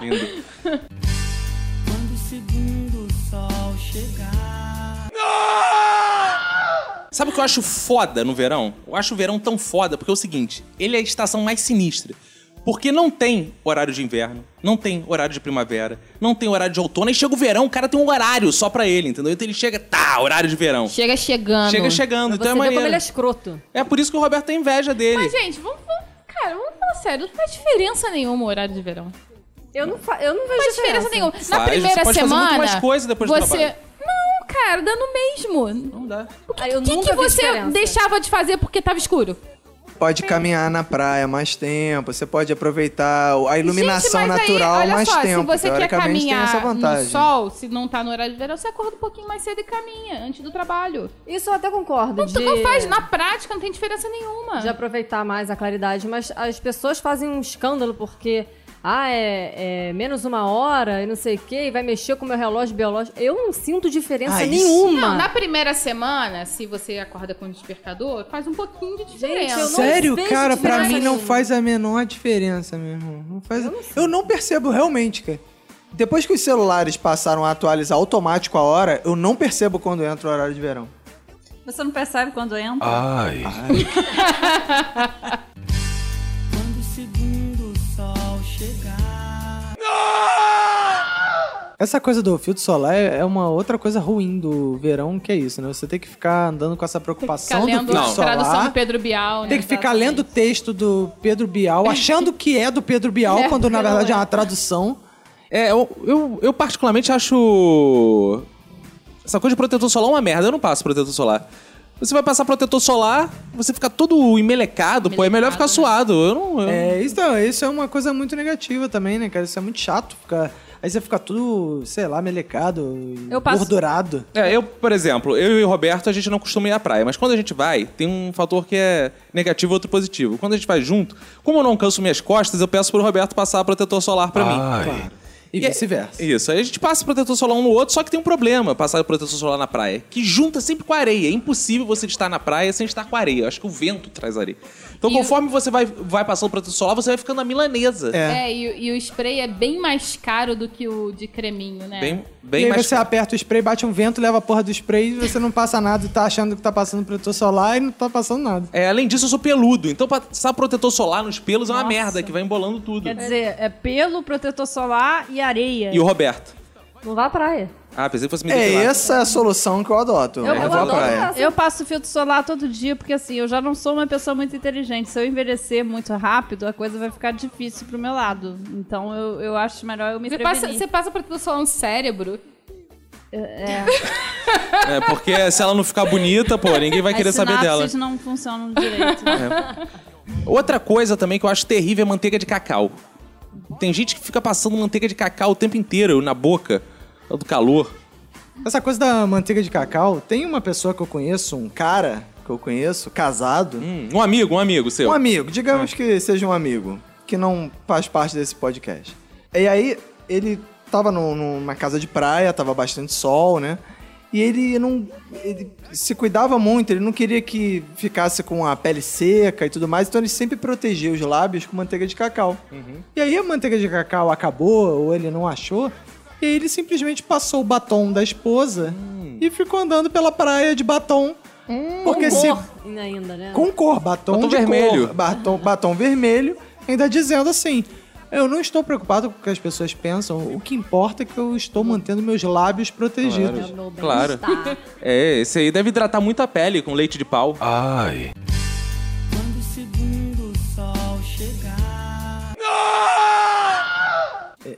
Speaker 1: Lindo.
Speaker 7: Quando o segundo sol chegar.
Speaker 1: Ah! Sabe o que eu acho foda no verão? Eu acho o verão tão foda porque é o seguinte: ele é a estação mais sinistra. Porque não tem horário de inverno, não tem horário de primavera, não tem horário de outono, e chega o verão, o cara tem um horário só pra ele, entendeu? Então ele chega, tá, horário de verão.
Speaker 5: Chega chegando.
Speaker 1: Chega chegando,
Speaker 3: Ah, Você
Speaker 1: então é
Speaker 3: vê como
Speaker 1: maneiro.
Speaker 3: ele é escroto.
Speaker 1: É por isso que o Roberto tem inveja dele.
Speaker 5: Mas, gente, vamos... vamos- Cara, vamos falar sério, não faz diferença nenhuma o horário de verão.
Speaker 3: Eu não, fa- eu não vejo
Speaker 5: Não faz diferença, assim. nenhuma. Na
Speaker 1: Faz,
Speaker 5: primeira
Speaker 1: você pode fazer
Speaker 5: semana.
Speaker 1: muito mais coisa depois do
Speaker 5: você...
Speaker 1: trabalho.
Speaker 5: Não, cara, dá no mesmo.
Speaker 1: Não dá.
Speaker 3: Ah, eu
Speaker 5: O que,
Speaker 3: nunca
Speaker 5: que
Speaker 3: vi
Speaker 5: você
Speaker 3: diferença.
Speaker 5: deixava de fazer porque tava escuro?
Speaker 10: Pode caminhar na praia mais tempo, você pode aproveitar a iluminação
Speaker 5: Gente, mas
Speaker 10: natural
Speaker 5: aí, olha
Speaker 10: mais
Speaker 5: só,
Speaker 10: tempo.
Speaker 5: Se você quer
Speaker 10: Teoricamente tem essa
Speaker 5: caminhar no
Speaker 10: vantagem.
Speaker 5: sol, se não tá no horário de verão, você acorda um pouquinho mais cedo e caminha antes do trabalho.
Speaker 3: Isso eu até concordo.
Speaker 5: Então,
Speaker 3: de-
Speaker 5: não faz, na prática, não tem diferença nenhuma.
Speaker 3: de aproveitar mais a claridade, mas as pessoas fazem um escândalo porque ah, é, é menos uma hora e não sei o que, e vai mexer com o meu relógio biológico. Eu não sinto diferença
Speaker 10: Ah, isso-
Speaker 3: nenhuma.
Speaker 5: Não, na primeira semana, se você acorda com o despertador, faz um pouquinho de diferença.
Speaker 3: eu não
Speaker 2: Sério,
Speaker 3: vejo
Speaker 2: cara, pra
Speaker 3: diferença
Speaker 2: mim não
Speaker 3: nenhuma.
Speaker 2: faz a menor diferença, meu irmão. Não faz... eu, não percebo realmente, cara.
Speaker 10: Depois que os celulares passaram a atualizar automático a hora, eu não percebo quando entra o horário de verão.
Speaker 4: Você não percebe quando entra?
Speaker 2: Ah.
Speaker 9: Ai.
Speaker 7: Quando o segundo sol chegar.
Speaker 2: Essa coisa do filtro solar é é uma outra coisa ruim do verão, que é isso, né? Você tem que ficar andando com essa
Speaker 5: Ficar
Speaker 2: preocupação do
Speaker 5: lendo
Speaker 2: filtro
Speaker 5: a tradução
Speaker 2: solar.
Speaker 5: do Pedro
Speaker 4: Ah,
Speaker 5: Bial, né?
Speaker 2: Tem que ficar lendo o texto do Pedro Bial, achando que é do Pedro Bial,
Speaker 5: É,
Speaker 2: quando na
Speaker 5: porque não
Speaker 2: verdade é
Speaker 5: é.
Speaker 2: uma tradução.
Speaker 1: É, eu, eu, eu particularmente acho. Essa coisa de protetor solar uma merda. Eu não passo protetor solar. Você vai passar protetor solar, você fica todo emelecado, pô. É melhor ficar suado. Eu não. eu-
Speaker 2: É, isso, é- isso é uma coisa muito negativa também, né, cara? Isso é muito chato. Ficar... Aí você fica tudo, sei lá, melecado,
Speaker 4: Eu passo-
Speaker 2: gordurado.
Speaker 1: É, eu, por exemplo, eu e o Roberto, a gente não costuma ir à praia, mas quando a gente vai, tem um fator que é negativo e outro positivo. Quando a gente vai junto, como eu não canso minhas costas, eu peço pro Roberto passar protetor solar pra mim.
Speaker 9: Ai.
Speaker 2: E,
Speaker 1: E é-
Speaker 2: vice-versa.
Speaker 1: Isso, aí a gente passa protetor solar um no outro, só que tem um problema passar protetor solar na praia, que junta sempre com a areia. É impossível você estar na praia sem estar com a areia. Eu acho que o vento traz areia. Então,
Speaker 5: E
Speaker 1: conforme você vai, vai passando protetor solar, você vai ficando a milanesa.
Speaker 5: É, e, e o spray é bem mais caro do que o de creminho, né?
Speaker 1: Bem,
Speaker 2: E
Speaker 1: bem
Speaker 2: aí
Speaker 1: mais.
Speaker 2: você aperta o spray, bate um vento, leva a porra do spray e você não passa nada e tá achando que tá passando protetor solar e não tá passando nada.
Speaker 1: É, além disso, eu sou peludo. Então, passar protetor solar nos pelos é uma merda que vai embolando tudo.
Speaker 4: Quer dizer, é pelo protetor solar e areia.
Speaker 1: E o Roberto?
Speaker 3: Não vá à praia.
Speaker 1: Ah, pensei que fosse me
Speaker 10: É
Speaker 1: depilar.
Speaker 10: essa é a solução que eu adoto.
Speaker 4: Eu,
Speaker 10: né?
Speaker 4: eu
Speaker 10: vou à
Speaker 4: adoro
Speaker 10: praia.
Speaker 3: essa.
Speaker 4: Eu passo filtro solar todo dia, porque assim, eu já não sou uma pessoa muito inteligente. Se eu envelhecer muito rápido, a coisa vai ficar difícil pro meu lado. Então eu, eu acho melhor eu me
Speaker 5: Você
Speaker 4: prevenir.
Speaker 5: passa, você passa protetor solar no um cérebro.
Speaker 1: É, porque se ela não ficar bonita, pô, ninguém vai querer
Speaker 4: As
Speaker 1: saber dela.
Speaker 4: sinapses não funcionam direito. né? *laughs*
Speaker 1: Outra coisa também que eu acho terrível é manteiga de cacau. Tem gente que fica passando manteiga de cacau o tempo inteiro na boca, tá do calor.
Speaker 2: Essa coisa da manteiga de cacau, tem uma pessoa que eu conheço, um
Speaker 10: Cara que eu conheço, casado,
Speaker 1: Hum, um amigo, um amigo seu.
Speaker 10: Um amigo, digamos que seja um amigo, que não faz parte desse podcast. E aí, ele tava num- numa casa de praia, tava bastante sol, né? E ele não. Ele se cuidava muito, ele não queria que ficasse com a pele seca e tudo mais, então ele sempre protegia os lábios com manteiga de cacau.
Speaker 2: E aí a manteiga de cacau acabou, ou ele não achou, e aí ele simplesmente passou o batom da esposa e ficou andando pela praia de batom. porque se.
Speaker 3: Cor ainda, né?
Speaker 2: Com cor, batom,
Speaker 1: Batom
Speaker 2: de
Speaker 1: vermelho.
Speaker 2: cor, batom, batom vermelho, ainda dizendo assim. Eu não estou preocupado com o que as pessoas pensam. O que importa é que eu estou mantendo meus lábios protegidos.
Speaker 3: No bem
Speaker 1: Claro.
Speaker 5: *laughs*
Speaker 3: estar.
Speaker 1: *laughs* É, esse aí deve hidratar muito a pele com leite de pau.
Speaker 9: Ai.
Speaker 7: Quando o segundo sol chegar.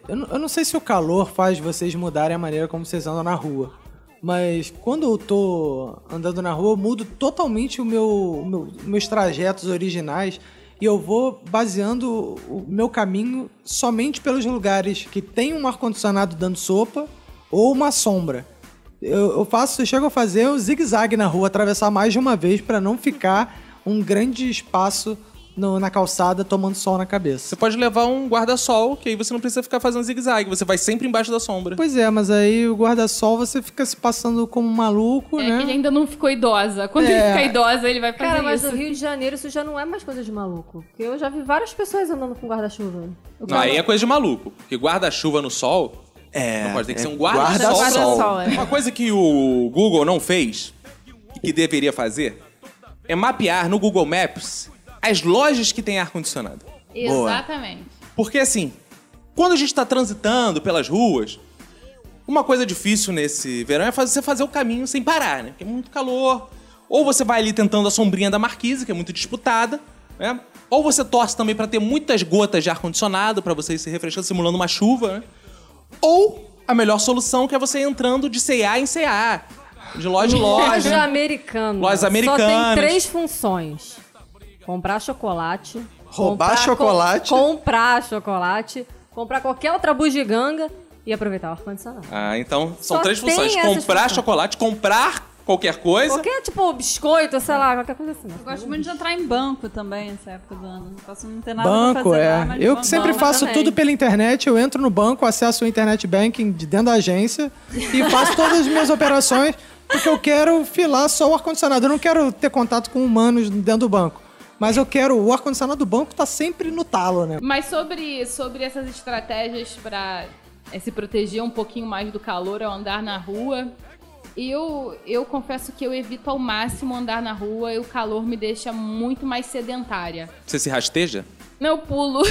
Speaker 2: Eu, n- eu não sei se o calor faz vocês mudarem a maneira como vocês andam na rua. Mas quando eu tô andando na rua, eu mudo totalmente o meu, o meu- meus trajetos originais e eu vou baseando o meu caminho somente pelos lugares que tem um ar-condicionado dando sopa ou uma sombra. Eu, eu faço, eu chego a fazer o zigue-zague na rua, atravessar mais de uma vez pra não ficar um grande espaço no- na calçada tomando sol na cabeça.
Speaker 1: Você pode levar um guarda-sol, que aí você não precisa ficar fazendo zigue-zague, você vai sempre embaixo da sombra.
Speaker 2: Pois é, mas aí o guarda-sol você fica se passando como um maluco,
Speaker 5: É, que ele
Speaker 2: né?
Speaker 5: ainda não ficou idosa. Quando
Speaker 2: É.
Speaker 5: ele ficar idosa, ele vai fazer
Speaker 3: Cara, mas
Speaker 5: isso.
Speaker 3: no Rio de Janeiro isso já não é mais coisa de maluco. Porque eu já vi várias pessoas andando com guarda-chuva. Eu
Speaker 1: Não, aí é coisa de maluco, porque guarda-chuva no sol.
Speaker 10: É.
Speaker 1: Não pode, tem que
Speaker 10: é
Speaker 1: ser um guarda-sol.
Speaker 10: guarda-sol.
Speaker 4: Guarda-sol, é.
Speaker 1: Uma coisa que o Google não fez e que deveria fazer é mapear no Google Maps as lojas que têm ar-condicionado.
Speaker 5: Exatamente.
Speaker 1: Porque assim, quando a gente tá transitando pelas ruas, uma coisa difícil nesse verão é fazer- você fazer o caminho sem parar, né? Porque é muito calor. Ou você vai ali tentando a sombrinha da marquise, que é muito disputada.
Speaker 8: né? Ou você torce também pra ter muitas gotas de ar-condicionado pra você ir se refrescando, simulando uma chuva, né? Ou a melhor solução que é você entrando de CA em CA, de loja em loja.
Speaker 3: *laughs* Loja americana.
Speaker 8: Lojas
Speaker 3: Só
Speaker 8: americanas.
Speaker 3: tem três funções: comprar chocolate,
Speaker 10: Roubar
Speaker 3: comprar co-
Speaker 10: chocolate.
Speaker 3: comprar chocolate, comprar qualquer outra bugiganga e aproveitar o ar-condicionado.
Speaker 1: Ah, então são
Speaker 3: Só
Speaker 1: três
Speaker 3: tem
Speaker 1: funções:
Speaker 3: essas
Speaker 1: comprar
Speaker 3: funções.
Speaker 1: chocolate, comprar qualquer
Speaker 8: é-
Speaker 1: coisa.
Speaker 3: Qualquer tipo biscoito, sei lá, qualquer coisa assim.
Speaker 4: Eu gosto muito de entrar em banco também nessa época do ano. Não posso não ter nada pra
Speaker 2: Banco,
Speaker 4: fazer
Speaker 2: é.
Speaker 4: lá, mas
Speaker 2: eu
Speaker 4: vou
Speaker 2: que
Speaker 4: ao
Speaker 2: sempre
Speaker 5: né,
Speaker 4: banco
Speaker 2: faço
Speaker 4: também.
Speaker 2: tudo pela internet, eu entro no banco, acesso o internet banking de dentro da agência e faço todas as minhas operações, porque eu quero filar só o ar-condicionado. Eu não quero ter contato com humanos dentro do banco. Mas eu quero, o ar-condicionado do banco tá sempre no talo, né?
Speaker 5: Mas sobre, sobre essas estratégias pra eh, se proteger um pouquinho mais do calor ao andar na rua, eu, eu confesso que eu evito ao máximo andar na rua e o calor me deixa muito mais sedentária.
Speaker 1: Você se rasteja?
Speaker 5: Não, eu pulo.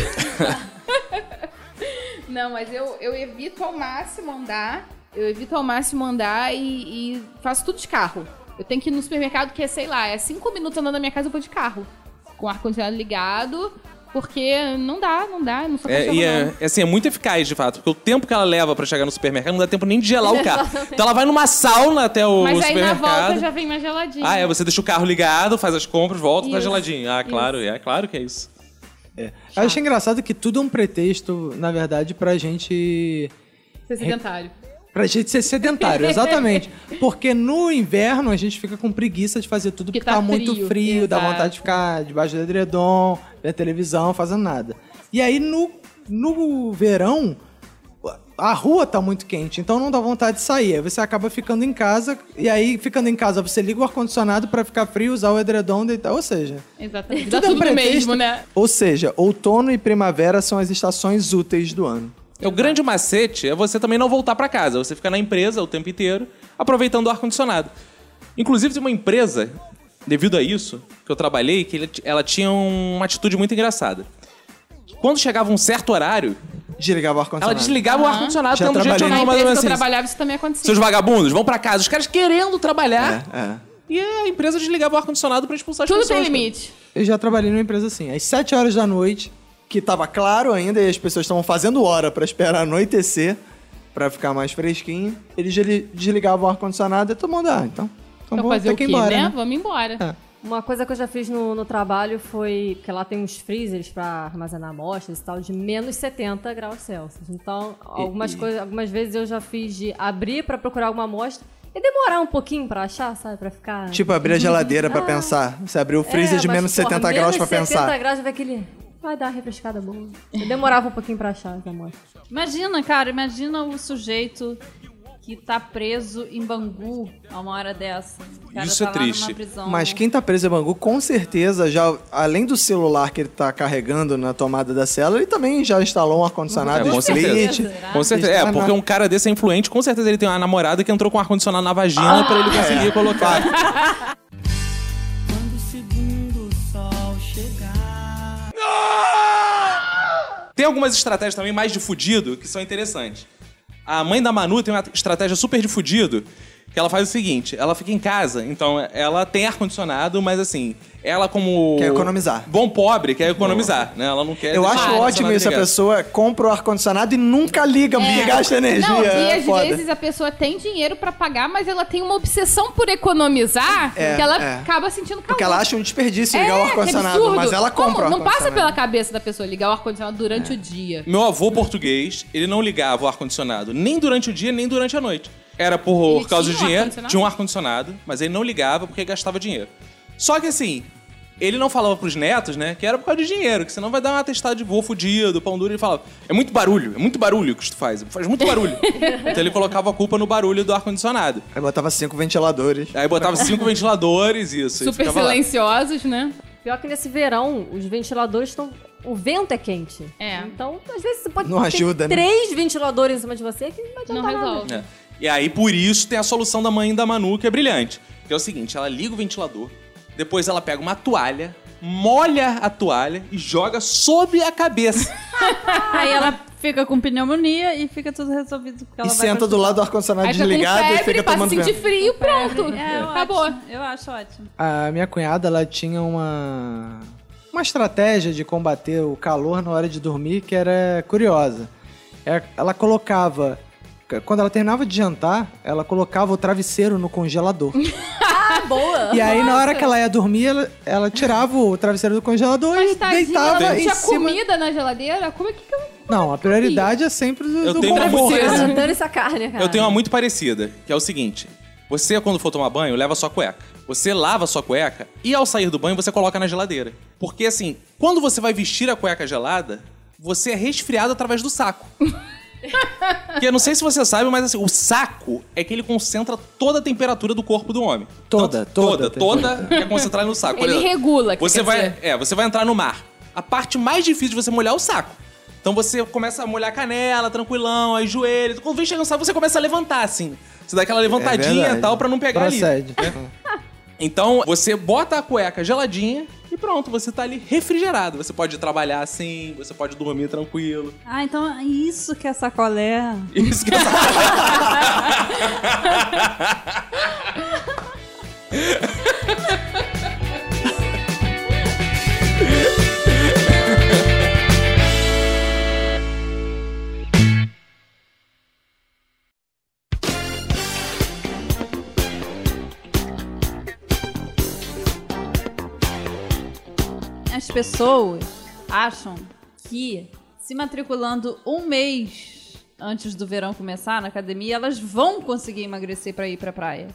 Speaker 5: *laughs* Não, mas eu, eu evito ao máximo andar. Eu evito ao máximo andar e, e faço tudo de carro. Eu tenho que ir no supermercado que é, sei lá, é cinco minutos andando da minha casa, eu vou de carro. Com o ar-condicionado ligado, porque não dá, não dá, não sou
Speaker 1: É,
Speaker 5: cachorro,
Speaker 1: e é,
Speaker 5: não.
Speaker 1: é assim, é muito eficaz, de fato, porque o tempo que ela leva pra chegar no supermercado não dá tempo nem de gelar o carro.
Speaker 5: Exatamente.
Speaker 1: Então ela vai numa sauna até o
Speaker 5: Mas aí na
Speaker 1: supermercado.
Speaker 5: volta já vem mais geladinho.
Speaker 1: Ah, é, você deixa o carro ligado, faz as compras, volta, tá
Speaker 5: Isso.
Speaker 1: geladinho. Ah, claro, é claro que é isso.
Speaker 2: Eu acho engraçado que tudo é um pretexto, na verdade, pra gente
Speaker 5: Ser sedentário.
Speaker 2: Pra gente ser
Speaker 5: *laughs*
Speaker 2: sedentário, exatamente. Porque no inverno a gente fica com preguiça de fazer tudo porque
Speaker 5: tá
Speaker 2: tá, muito
Speaker 5: frio,
Speaker 2: frio, dá
Speaker 5: exato.
Speaker 2: vontade de ficar debaixo do edredom, ver televisão, fazendo nada. E aí no, no verão, a rua tá muito quente, então não dá vontade de sair. Aí você acaba ficando em casa, e aí ficando em casa você liga o ar-condicionado pra ficar frio, usar o edredom, deitar. Ou seja,
Speaker 5: Exatamente.
Speaker 2: Tudo
Speaker 5: Dá
Speaker 2: é um
Speaker 5: tudo do
Speaker 2: pretexto.
Speaker 5: mesmo, né?
Speaker 10: Ou seja, outono e primavera são as estações úteis do ano.
Speaker 1: O grande macete é você também não voltar pra casa, você fica na empresa o tempo inteiro, aproveitando o ar-condicionado. Inclusive, tem uma empresa, devido a isso, que eu trabalhei, que ele- ela tinha um, uma atitude muito engraçada. Quando chegava um certo horário,
Speaker 10: Desligava o
Speaker 1: ela
Speaker 10: ar-condicionado.
Speaker 1: desligava o
Speaker 5: Aham.
Speaker 1: ar-condicionado,
Speaker 10: Já
Speaker 1: tendo gente
Speaker 10: trabalhei.
Speaker 5: Na
Speaker 1: olhando mais ou
Speaker 5: empresa
Speaker 1: menos
Speaker 5: que eu
Speaker 1: assim.
Speaker 5: trabalhava, isso também acontecia.
Speaker 1: Seus vagabundos, vão pra casa. Os caras querendo trabalhar.
Speaker 10: É, é.
Speaker 1: E a empresa desligava o ar-condicionado pra expulsar as
Speaker 5: Tudo
Speaker 1: pessoas.
Speaker 5: tem
Speaker 1: cara.
Speaker 5: limite.
Speaker 2: eu já trabalhei numa empresa assim, às 7 horas da noite,
Speaker 10: Que tava claro ainda e as pessoas estavam fazendo hora pra esperar anoitecer, pra ficar mais fresquinho. Eles deli- desligavam o ar-condicionado e todo mundo, ah, então, então
Speaker 5: Pra
Speaker 10: vou
Speaker 5: fazer
Speaker 10: ter
Speaker 5: o
Speaker 10: que
Speaker 5: quê,
Speaker 10: ir embora.
Speaker 5: né?
Speaker 10: né?
Speaker 5: Vamos embora.
Speaker 3: Uma coisa que eu já fiz no, no trabalho foi que lá tem uns freezers pra armazenar amostras e tal de menos 70 graus Celsius. Então, algumas, coisas, algumas vezes eu já fiz de abrir pra procurar alguma amostra e demorar um pouquinho pra achar, sabe? Pra ficar.
Speaker 10: Tipo, abrir a geladeira pra
Speaker 3: Ah.
Speaker 10: pensar. Você abriu o freezer
Speaker 3: É,
Speaker 10: de
Speaker 3: mas,
Speaker 10: menos
Speaker 3: porra,
Speaker 10: 70 graus pra
Speaker 3: menos
Speaker 10: pensar.
Speaker 3: 70 graus vai aquele. Vai dar uma refrescada boa. Eu demorava um pouquinho pra achar as amostras.
Speaker 4: Imagina, cara, imagina o sujeito que tá preso em Bangu a uma hora dessa. O cara
Speaker 1: Isso é
Speaker 4: tá lá
Speaker 1: triste.
Speaker 4: numa prisão.
Speaker 10: Mas quem tá preso em Bangu, com certeza, já, além do celular que ele tá carregando na tomada da célula, ele também já instalou um ar-condicionado
Speaker 1: É, com
Speaker 10: de split.
Speaker 1: certeza. Com certeza.
Speaker 10: Está
Speaker 1: É, porque
Speaker 10: na-
Speaker 1: um cara desse é influente, com certeza ele tem uma namorada que entrou com ar-condicionado na vagina pra ele conseguir
Speaker 10: É.
Speaker 1: colocar. Tem algumas estratégias também mais de fudido que são interessantes. A mãe da Manu tem uma estratégia super de fudido, que ela faz o seguinte, ela fica em casa, então ela tem ar-condicionado, mas assim, ela como...
Speaker 10: Quer economizar.
Speaker 1: Bom pobre, quer economizar, né? Ela não quer...
Speaker 10: Eu
Speaker 1: deixar
Speaker 10: acho
Speaker 1: o
Speaker 10: ótimo
Speaker 1: ar-condicionado
Speaker 10: isso, a
Speaker 1: ligado.
Speaker 10: pessoa compra o ar-condicionado e nunca liga, porque gasta energia.
Speaker 5: É. Não, e
Speaker 10: é
Speaker 5: às
Speaker 10: foda.
Speaker 5: vezes a pessoa tem dinheiro pra pagar, mas ela tem uma obsessão por economizar
Speaker 10: É,
Speaker 5: que ela
Speaker 10: é.
Speaker 5: acaba sentindo calor.
Speaker 10: Porque ela acha um desperdício ligar o
Speaker 5: que
Speaker 10: ar-condicionado,
Speaker 5: É, absurdo.
Speaker 10: mas ela
Speaker 5: Como?
Speaker 10: compra o
Speaker 5: Não passa
Speaker 10: ar-condicionado. É.
Speaker 5: pela cabeça da pessoa ligar o ar-condicionado durante o dia.
Speaker 1: Meu avô português, ele não ligava o ar-condicionado nem durante o dia, nem durante a noite. Era por
Speaker 5: Ele
Speaker 1: causa
Speaker 5: tinha
Speaker 1: de
Speaker 5: um
Speaker 1: dinheiro,
Speaker 5: ar-condicionado?
Speaker 1: tinha um ar-condicionado, mas ele não ligava porque gastava dinheiro. Só que assim, ele não falava pros netos, né, que era por causa de dinheiro, que senão vai dar uma testada de voo fudido, pão duro. Ele falava, é muito barulho, é muito barulho que isso faz, faz muito
Speaker 5: *laughs*
Speaker 1: barulho. então ele colocava a culpa no barulho do ar-condicionado.
Speaker 10: Aí botava cinco ventiladores.
Speaker 1: Aí botava cinco ventiladores, isso. e
Speaker 5: Super
Speaker 1: ficava lá.
Speaker 5: silenciosos, né?
Speaker 3: Pior que nesse verão, os ventiladores estão. O vento é quente.
Speaker 5: É.
Speaker 3: Então, às vezes, você pode
Speaker 10: Não
Speaker 3: ter
Speaker 10: ajuda, né?
Speaker 3: três ventiladores em cima de você que não vai
Speaker 5: Não
Speaker 3: adiantar nada.
Speaker 5: resolve.
Speaker 1: É. E aí, por isso, tem a solução da mãe da Manu, que é brilhante. Que é o seguinte, ela liga o ventilador, depois ela pega uma toalha, molha a toalha e joga sob a cabeça.
Speaker 4: Aí ela fica com pneumonia e fica tudo resolvido.
Speaker 10: E
Speaker 4: Porque ela vai
Speaker 10: senta
Speaker 4: pra
Speaker 10: do lado do ar-condicionado
Speaker 5: Aí fica com
Speaker 10: Tá desligado e
Speaker 5: febre,
Speaker 10: fica
Speaker 5: passa a
Speaker 10: tomando
Speaker 5: sentir
Speaker 10: vento.
Speaker 5: frio, pronto.
Speaker 4: É,
Speaker 5: Acabou.
Speaker 4: Eu acho ótimo.
Speaker 2: A minha cunhada, ela tinha uma uma estratégia de combater o calor na hora de dormir que era curiosa. É, Ela colocava. Quando ela terminava de jantar, ela colocava o travesseiro no
Speaker 5: *laughs*
Speaker 2: congelador.
Speaker 3: Ah, boa!
Speaker 2: E aí, na hora que ela ia dormir, ela, ela tirava o travesseiro do congelador e
Speaker 5: Mas tadinha, ela
Speaker 2: deitava
Speaker 5: não
Speaker 2: em
Speaker 5: tinha
Speaker 2: cima.
Speaker 5: comida na geladeira? Como é que...
Speaker 2: Não, a prioridade é sempre do, É
Speaker 1: Eu
Speaker 2: do
Speaker 1: tenho uma né?
Speaker 2: conforto.
Speaker 1: música-
Speaker 10: é.
Speaker 3: Jantando essa carne, cara.
Speaker 1: Eu tenho uma muito parecida, que é o seguinte: você, quando for tomar banho, leva sua cueca. Você lava sua cueca e ao sair do banho você coloca na geladeira. Porque assim, quando você vai vestir a cueca gelada, você é resfriado através do saco. Porque eu não sei se você sabe, mas assim, o saco é que ele concentra toda a temperatura do corpo do homem. Então,
Speaker 2: Toda, toda.
Speaker 1: Toda, toda é concentrada no saco. Por
Speaker 5: Ele
Speaker 1: exemplo,
Speaker 5: regula, que
Speaker 1: você
Speaker 5: quer
Speaker 1: vai,
Speaker 5: dizer.
Speaker 1: é, você vai entrar no mar. A parte mais difícil de você molhar é o saco. Então você começa a molhar a canela, tranquilão, aí joelho. Quando vem chegando no saco, você começa a levantar, assim. Você dá aquela levantadinha e
Speaker 10: verdade.
Speaker 1: tal pra não pegar ali. É.
Speaker 2: Procede.
Speaker 1: Então você bota a cueca geladinha e pronto, você tá ali refrigerado. Você pode trabalhar assim, você pode dormir tranquilo. *laughs*
Speaker 4: Ah, então é isso que é sacolé.
Speaker 1: Isso que é eu tava-
Speaker 4: As pessoas acham que se matriculando um mês antes do verão começar na academia, elas vão conseguir emagrecer pra ir pra praia,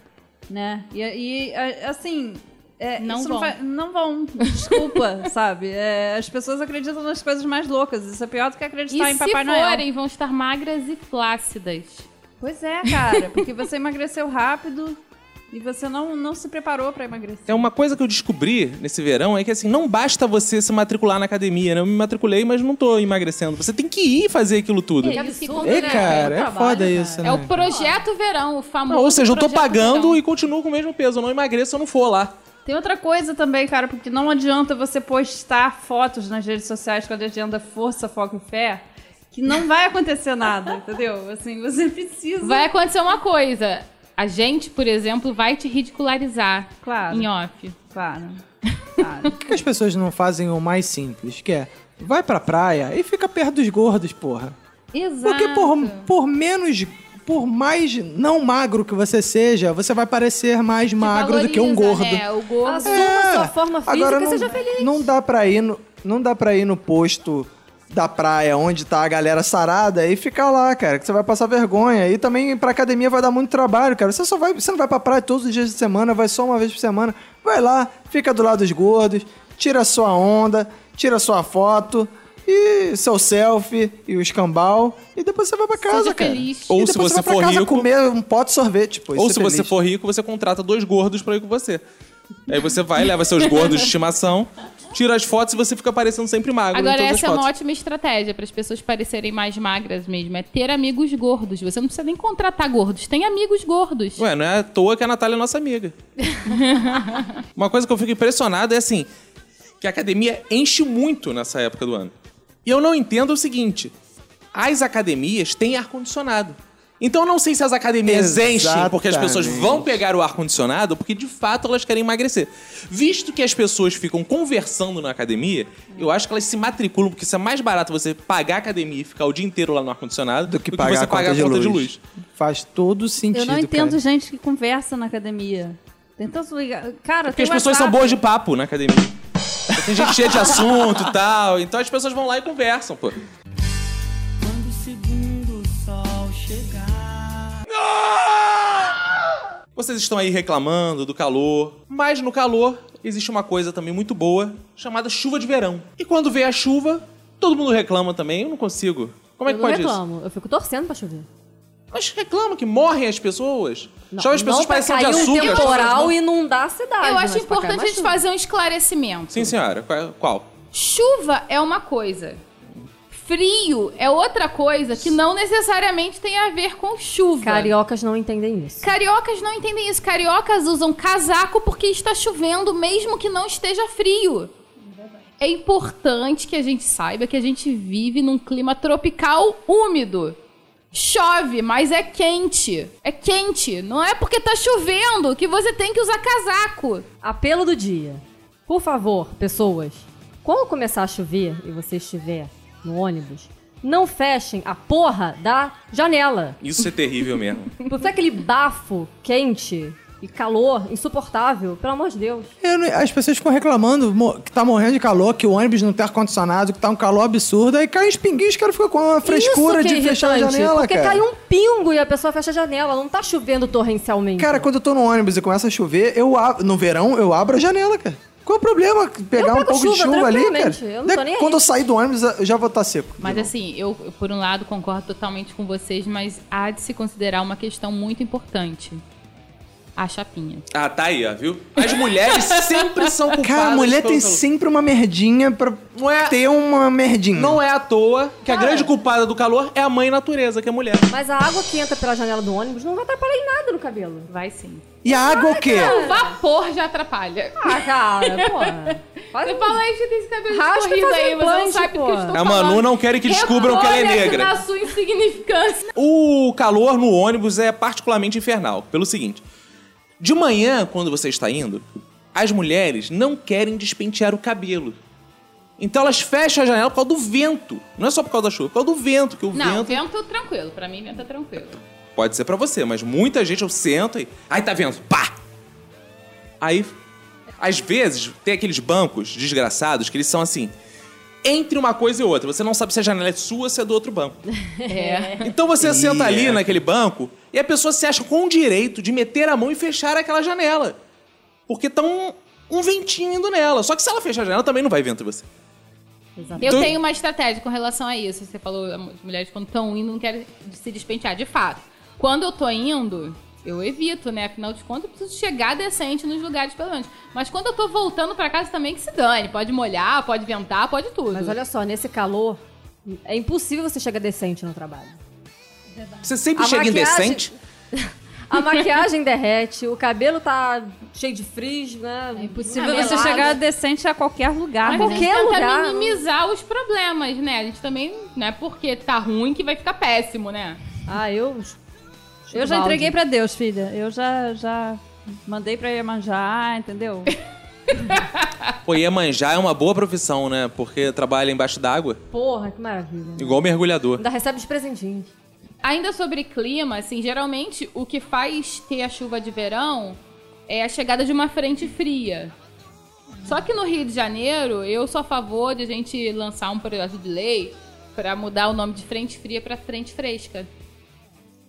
Speaker 4: né? E, e, a- assim, é,
Speaker 5: Não
Speaker 4: isso
Speaker 5: vão.
Speaker 4: fa- não vão. Desculpa, *laughs* sabe? É, as pessoas acreditam nas coisas mais loucas. Isso é pior do que
Speaker 5: E
Speaker 4: acreditar
Speaker 5: se
Speaker 4: em Papai Noel.
Speaker 5: forem, vão estar magras e flácidas.
Speaker 4: Pois é, cara, porque você *laughs* emagreceu rápido e você não, não se preparou pra emagrecer.
Speaker 1: É uma coisa que eu descobri nesse verão é que assim, não basta você se matricular na academia, né? Eu me matriculei, mas não tô emagrecendo. Você tem que ir fazer aquilo tudo.
Speaker 5: Que absurdo,
Speaker 2: Ei,
Speaker 5: né?
Speaker 2: cara,
Speaker 3: É um
Speaker 2: é
Speaker 3: trabalho,
Speaker 2: foda
Speaker 3: cara.
Speaker 2: isso, né?
Speaker 5: É o projeto verão, o famoso.
Speaker 1: Ou seja, eu tô
Speaker 5: Uhum. projeto
Speaker 1: pagando
Speaker 5: verão.
Speaker 1: e continuo com o mesmo peso. Eu não emagreço se eu não for lá.
Speaker 4: Tem outra coisa também, cara, porque não adianta você postar fotos nas redes sociais com a legenda Força, Foco e Fé, que não vai acontecer nada, entendeu? Assim, você precisa.
Speaker 5: Vai acontecer uma coisa. A gente, por exemplo, vai te ridicularizar
Speaker 4: Claro,
Speaker 5: em off.
Speaker 4: claro. claro.
Speaker 2: Por que as pessoas não fazem o mais simples, que é vai pra praia e fica perto dos gordos, porra?
Speaker 5: Exato.
Speaker 2: Porque por, por menos, por mais não magro que você seja, você vai parecer mais magro do que um gordo.
Speaker 5: É, o gordo.
Speaker 3: Assuma
Speaker 2: É.
Speaker 3: sua forma física
Speaker 10: Agora não,
Speaker 3: e seja feliz.
Speaker 10: não dá pra ir no, não dá para ir no posto da praia onde tá a galera sarada e ficar lá, cara, que você vai passar vergonha. E também pra academia vai dar muito trabalho, cara. Você só vai, você não vai pra praia todos os dias de semana, vai só uma vez por semana. Vai lá, fica do lado dos gordos, tira sua onda, tira sua foto e seu selfie e o escambau e depois você vai pra casa,
Speaker 5: Seja
Speaker 10: cara.
Speaker 5: feliz.
Speaker 10: E
Speaker 1: Ou se
Speaker 10: depois
Speaker 1: você
Speaker 10: vai pra
Speaker 1: for
Speaker 10: casa
Speaker 1: rico-
Speaker 10: comer um pote de sorvete, pô, e
Speaker 1: Ou
Speaker 10: ser
Speaker 1: se você
Speaker 10: feliz.
Speaker 1: for rico, você contrata dois gordos pra ir com você. Aí você vai, leva seus gordos de estimação, tira as fotos e você fica parecendo sempre magro em
Speaker 5: Agora,
Speaker 1: todas
Speaker 5: essa é
Speaker 1: as
Speaker 5: uma
Speaker 1: fotos.
Speaker 5: ótima estratégia para as pessoas parecerem mais magras mesmo. É ter amigos gordos. Você não precisa nem contratar gordos. Tem amigos gordos.
Speaker 1: Ué, não é à toa que a Natália é nossa amiga. uma coisa que eu fico impressionado é assim, que a academia enche muito nessa época do ano. E eu não entendo o seguinte, as academias têm ar-condicionado. Então eu não sei se as academias enchem porque as pessoas
Speaker 10: Exatamente.
Speaker 1: vão pegar o ar-condicionado porque de fato elas querem emagrecer. Visto que as pessoas ficam conversando na academia, eu acho que elas se matriculam porque isso é mais barato você pagar a academia e ficar o dia inteiro lá no ar-condicionado
Speaker 10: Do que pagar
Speaker 1: você
Speaker 10: a conta de luz.
Speaker 2: Faz todo sentido.
Speaker 4: Eu não entendo
Speaker 2: cara.
Speaker 4: gente que conversa na academia. Tem tanto lugar. Cara,
Speaker 1: Porque as pessoas são boas de papo na academia. Tem gente cheia de assunto e tal. Então as pessoas vão lá e conversam, pô.
Speaker 7: Quando o segundo sol chegar.
Speaker 1: Ah! Vocês estão aí reclamando do calor, mas no calor existe uma coisa também muito boa chamada chuva de verão. E quando vem a chuva, todo mundo reclama também. Eu não consigo. Como é
Speaker 3: eu
Speaker 1: que
Speaker 3: não
Speaker 1: pode isso?
Speaker 3: reclamo. Eu fico torcendo pra chover.
Speaker 1: Mas reclama que morrem as pessoas.
Speaker 3: Não,
Speaker 1: Chove as
Speaker 3: não
Speaker 1: pessoas
Speaker 3: pra
Speaker 1: parecendo de
Speaker 3: cair
Speaker 1: açúcar. as
Speaker 3: um
Speaker 1: pessoas
Speaker 3: temporal
Speaker 1: não-
Speaker 3: e inundar a cidade.
Speaker 5: Eu
Speaker 3: mas
Speaker 5: acho
Speaker 3: pra cá é
Speaker 5: importante a
Speaker 3: mais
Speaker 5: gente
Speaker 3: chuva.
Speaker 5: fazer um esclarecimento.
Speaker 1: Sim, senhora. Qual- é? Qual?
Speaker 5: Chuva é uma coisa. Frio é outra coisa que não necessariamente tem a ver com chuva.
Speaker 3: Cariocas não entendem isso.
Speaker 5: Cariocas não entendem isso. Cariocas usam casaco porque está chovendo, mesmo que não esteja frio. É importante que a gente saiba que a gente vive num clima tropical úmido. Chove, mas é quente. É quente. Não é porque tá chovendo que você tem que usar casaco.
Speaker 3: Apelo do dia. Por favor, pessoas, Quando começar a chover e você estiver no ônibus, não fechem a porra da janela.
Speaker 1: Isso é terrível mesmo.
Speaker 3: Porque aquele bafo quente e calor insuportável, pelo amor de Deus.
Speaker 2: Eu não- as pessoas ficam reclamando mo- que tá morrendo de calor, que o ônibus não tem ar-condicionado, que tá um calor absurdo, aí cai os pinguinhos, cara fica com uma frescura
Speaker 3: Isso que é
Speaker 2: de fechar a
Speaker 3: irritante,
Speaker 2: janela,
Speaker 3: Porque
Speaker 2: cara.
Speaker 3: cai um pingo e a pessoa fecha a janela, não tá chovendo torrencialmente.
Speaker 10: Cara, quando eu tô no ônibus e começa a chover, eu ab- no verão eu abro a janela, cara. Qual é o problema? Pegar um
Speaker 3: pego
Speaker 10: pouco de
Speaker 3: chuva
Speaker 10: chuva ali, cara.
Speaker 3: tranquilamente, eu não
Speaker 10: Daí
Speaker 3: tô nem aí.
Speaker 10: quando eu sair do ônibus, eu já vou estar seco.
Speaker 5: Mas assim, eu, eu, por um lado, concordo totalmente com vocês, mas há de se considerar uma questão muito importante. A chapinha.
Speaker 1: Ah, tá aí, ó, viu? As mulheres sempre são culpadas.
Speaker 10: Cara, a mulher
Speaker 1: pelo
Speaker 10: tem
Speaker 1: calor.
Speaker 10: sempre uma merdinha pra
Speaker 1: Não é-
Speaker 10: ter uma merdinha.
Speaker 1: Não é à toa que a grande culpada do calor é a mãe natureza, que é mulher.
Speaker 3: Mas a água que entra pela janela do ônibus não vai atrapalhar em nada no cabelo.
Speaker 5: Vai sim.
Speaker 10: E a água o quê?
Speaker 5: O vapor já atrapalha.
Speaker 3: Ah,
Speaker 2: *laughs*
Speaker 3: cara, porra. Faz
Speaker 5: Você
Speaker 3: um-
Speaker 5: fala aí, você tem esse cabelo
Speaker 3: Raspa
Speaker 5: escorrido
Speaker 3: fazer
Speaker 5: aí, você não
Speaker 3: implante,
Speaker 5: sabe do
Speaker 3: pô.
Speaker 5: que eu estou
Speaker 1: A
Speaker 5: falando.
Speaker 1: Manu É, um não quer que descubram que ela é
Speaker 5: Recolhe-se
Speaker 1: negra.
Speaker 5: na sua insignificância.
Speaker 1: O calor no ônibus é particularmente infernal, pelo seguinte: de manhã, quando você está indo, as mulheres não querem despentear o cabelo. Então elas fecham a janela por causa do vento. Não é só por causa da chuva, é por causa do vento, que o
Speaker 5: Não,
Speaker 1: vento
Speaker 5: vento tranquilo. Pra mim, vento é tranquilo.
Speaker 1: Pode ser pra você, mas muita gente eu sento e. Aí tá vendo, pá! Aí. Às vezes tem aqueles bancos desgraçados que eles são assim. Entre uma coisa e outra, você não sabe se a janela é sua ou se é do outro
Speaker 3: *laughs*
Speaker 1: banco.
Speaker 5: É.
Speaker 1: Então você senta ali
Speaker 3: é.
Speaker 10: Yeah.
Speaker 1: naquele banco e a pessoa se acha com o direito de meter a mão e fechar aquela janela. Porque tá um, um ventinho indo nela. Só que se ela fechar a janela, também não vai vento em você.
Speaker 5: Eu
Speaker 1: Tu-
Speaker 5: tenho uma estratégia com relação a isso. Você falou, as mulheres quando estão indo não querem se despentear. De fato, quando eu tô indo, eu evito, né? Afinal de contas, eu preciso chegar decente nos lugares, pelo menos. Mas quando eu tô voltando pra casa também, que se dane. Pode molhar, pode ventar, pode tudo.
Speaker 3: Mas olha só, nesse calor, é impossível você chegar decente no trabalho.
Speaker 1: Você sempre
Speaker 3: A
Speaker 1: chega
Speaker 3: maquiagem-
Speaker 1: indecente.
Speaker 3: A maquiagem derrete, o cabelo tá cheio de frizz, né?
Speaker 5: É impossível
Speaker 4: Possível você
Speaker 5: Melada.
Speaker 4: chegar decente a qualquer lugar.
Speaker 5: Mas
Speaker 4: né?
Speaker 3: Qual-
Speaker 5: a
Speaker 3: qualquer
Speaker 5: gente tenta
Speaker 3: lugar.
Speaker 5: minimizar os problemas, né? A gente também não é porque tá ruim que vai ficar péssimo, né?
Speaker 3: Ah, eu.
Speaker 4: Eu já entreguei pra Deus, filha. Eu já, já mandei pra Iemanjá, entendeu?
Speaker 1: Pô, e manjar é uma boa profissão, né? Porque trabalha embaixo d'água,
Speaker 3: Porra, que maravilha.
Speaker 1: igual mergulhador.
Speaker 3: Ainda recebe os presentinhos.
Speaker 5: Ainda sobre clima, assim, geralmente o que faz ter a chuva de verão é a chegada de uma frente fria. Só que no Rio de Janeiro, eu sou a favor de a gente lançar um projeto de lei pra mudar o nome de frente fria pra frente fresca.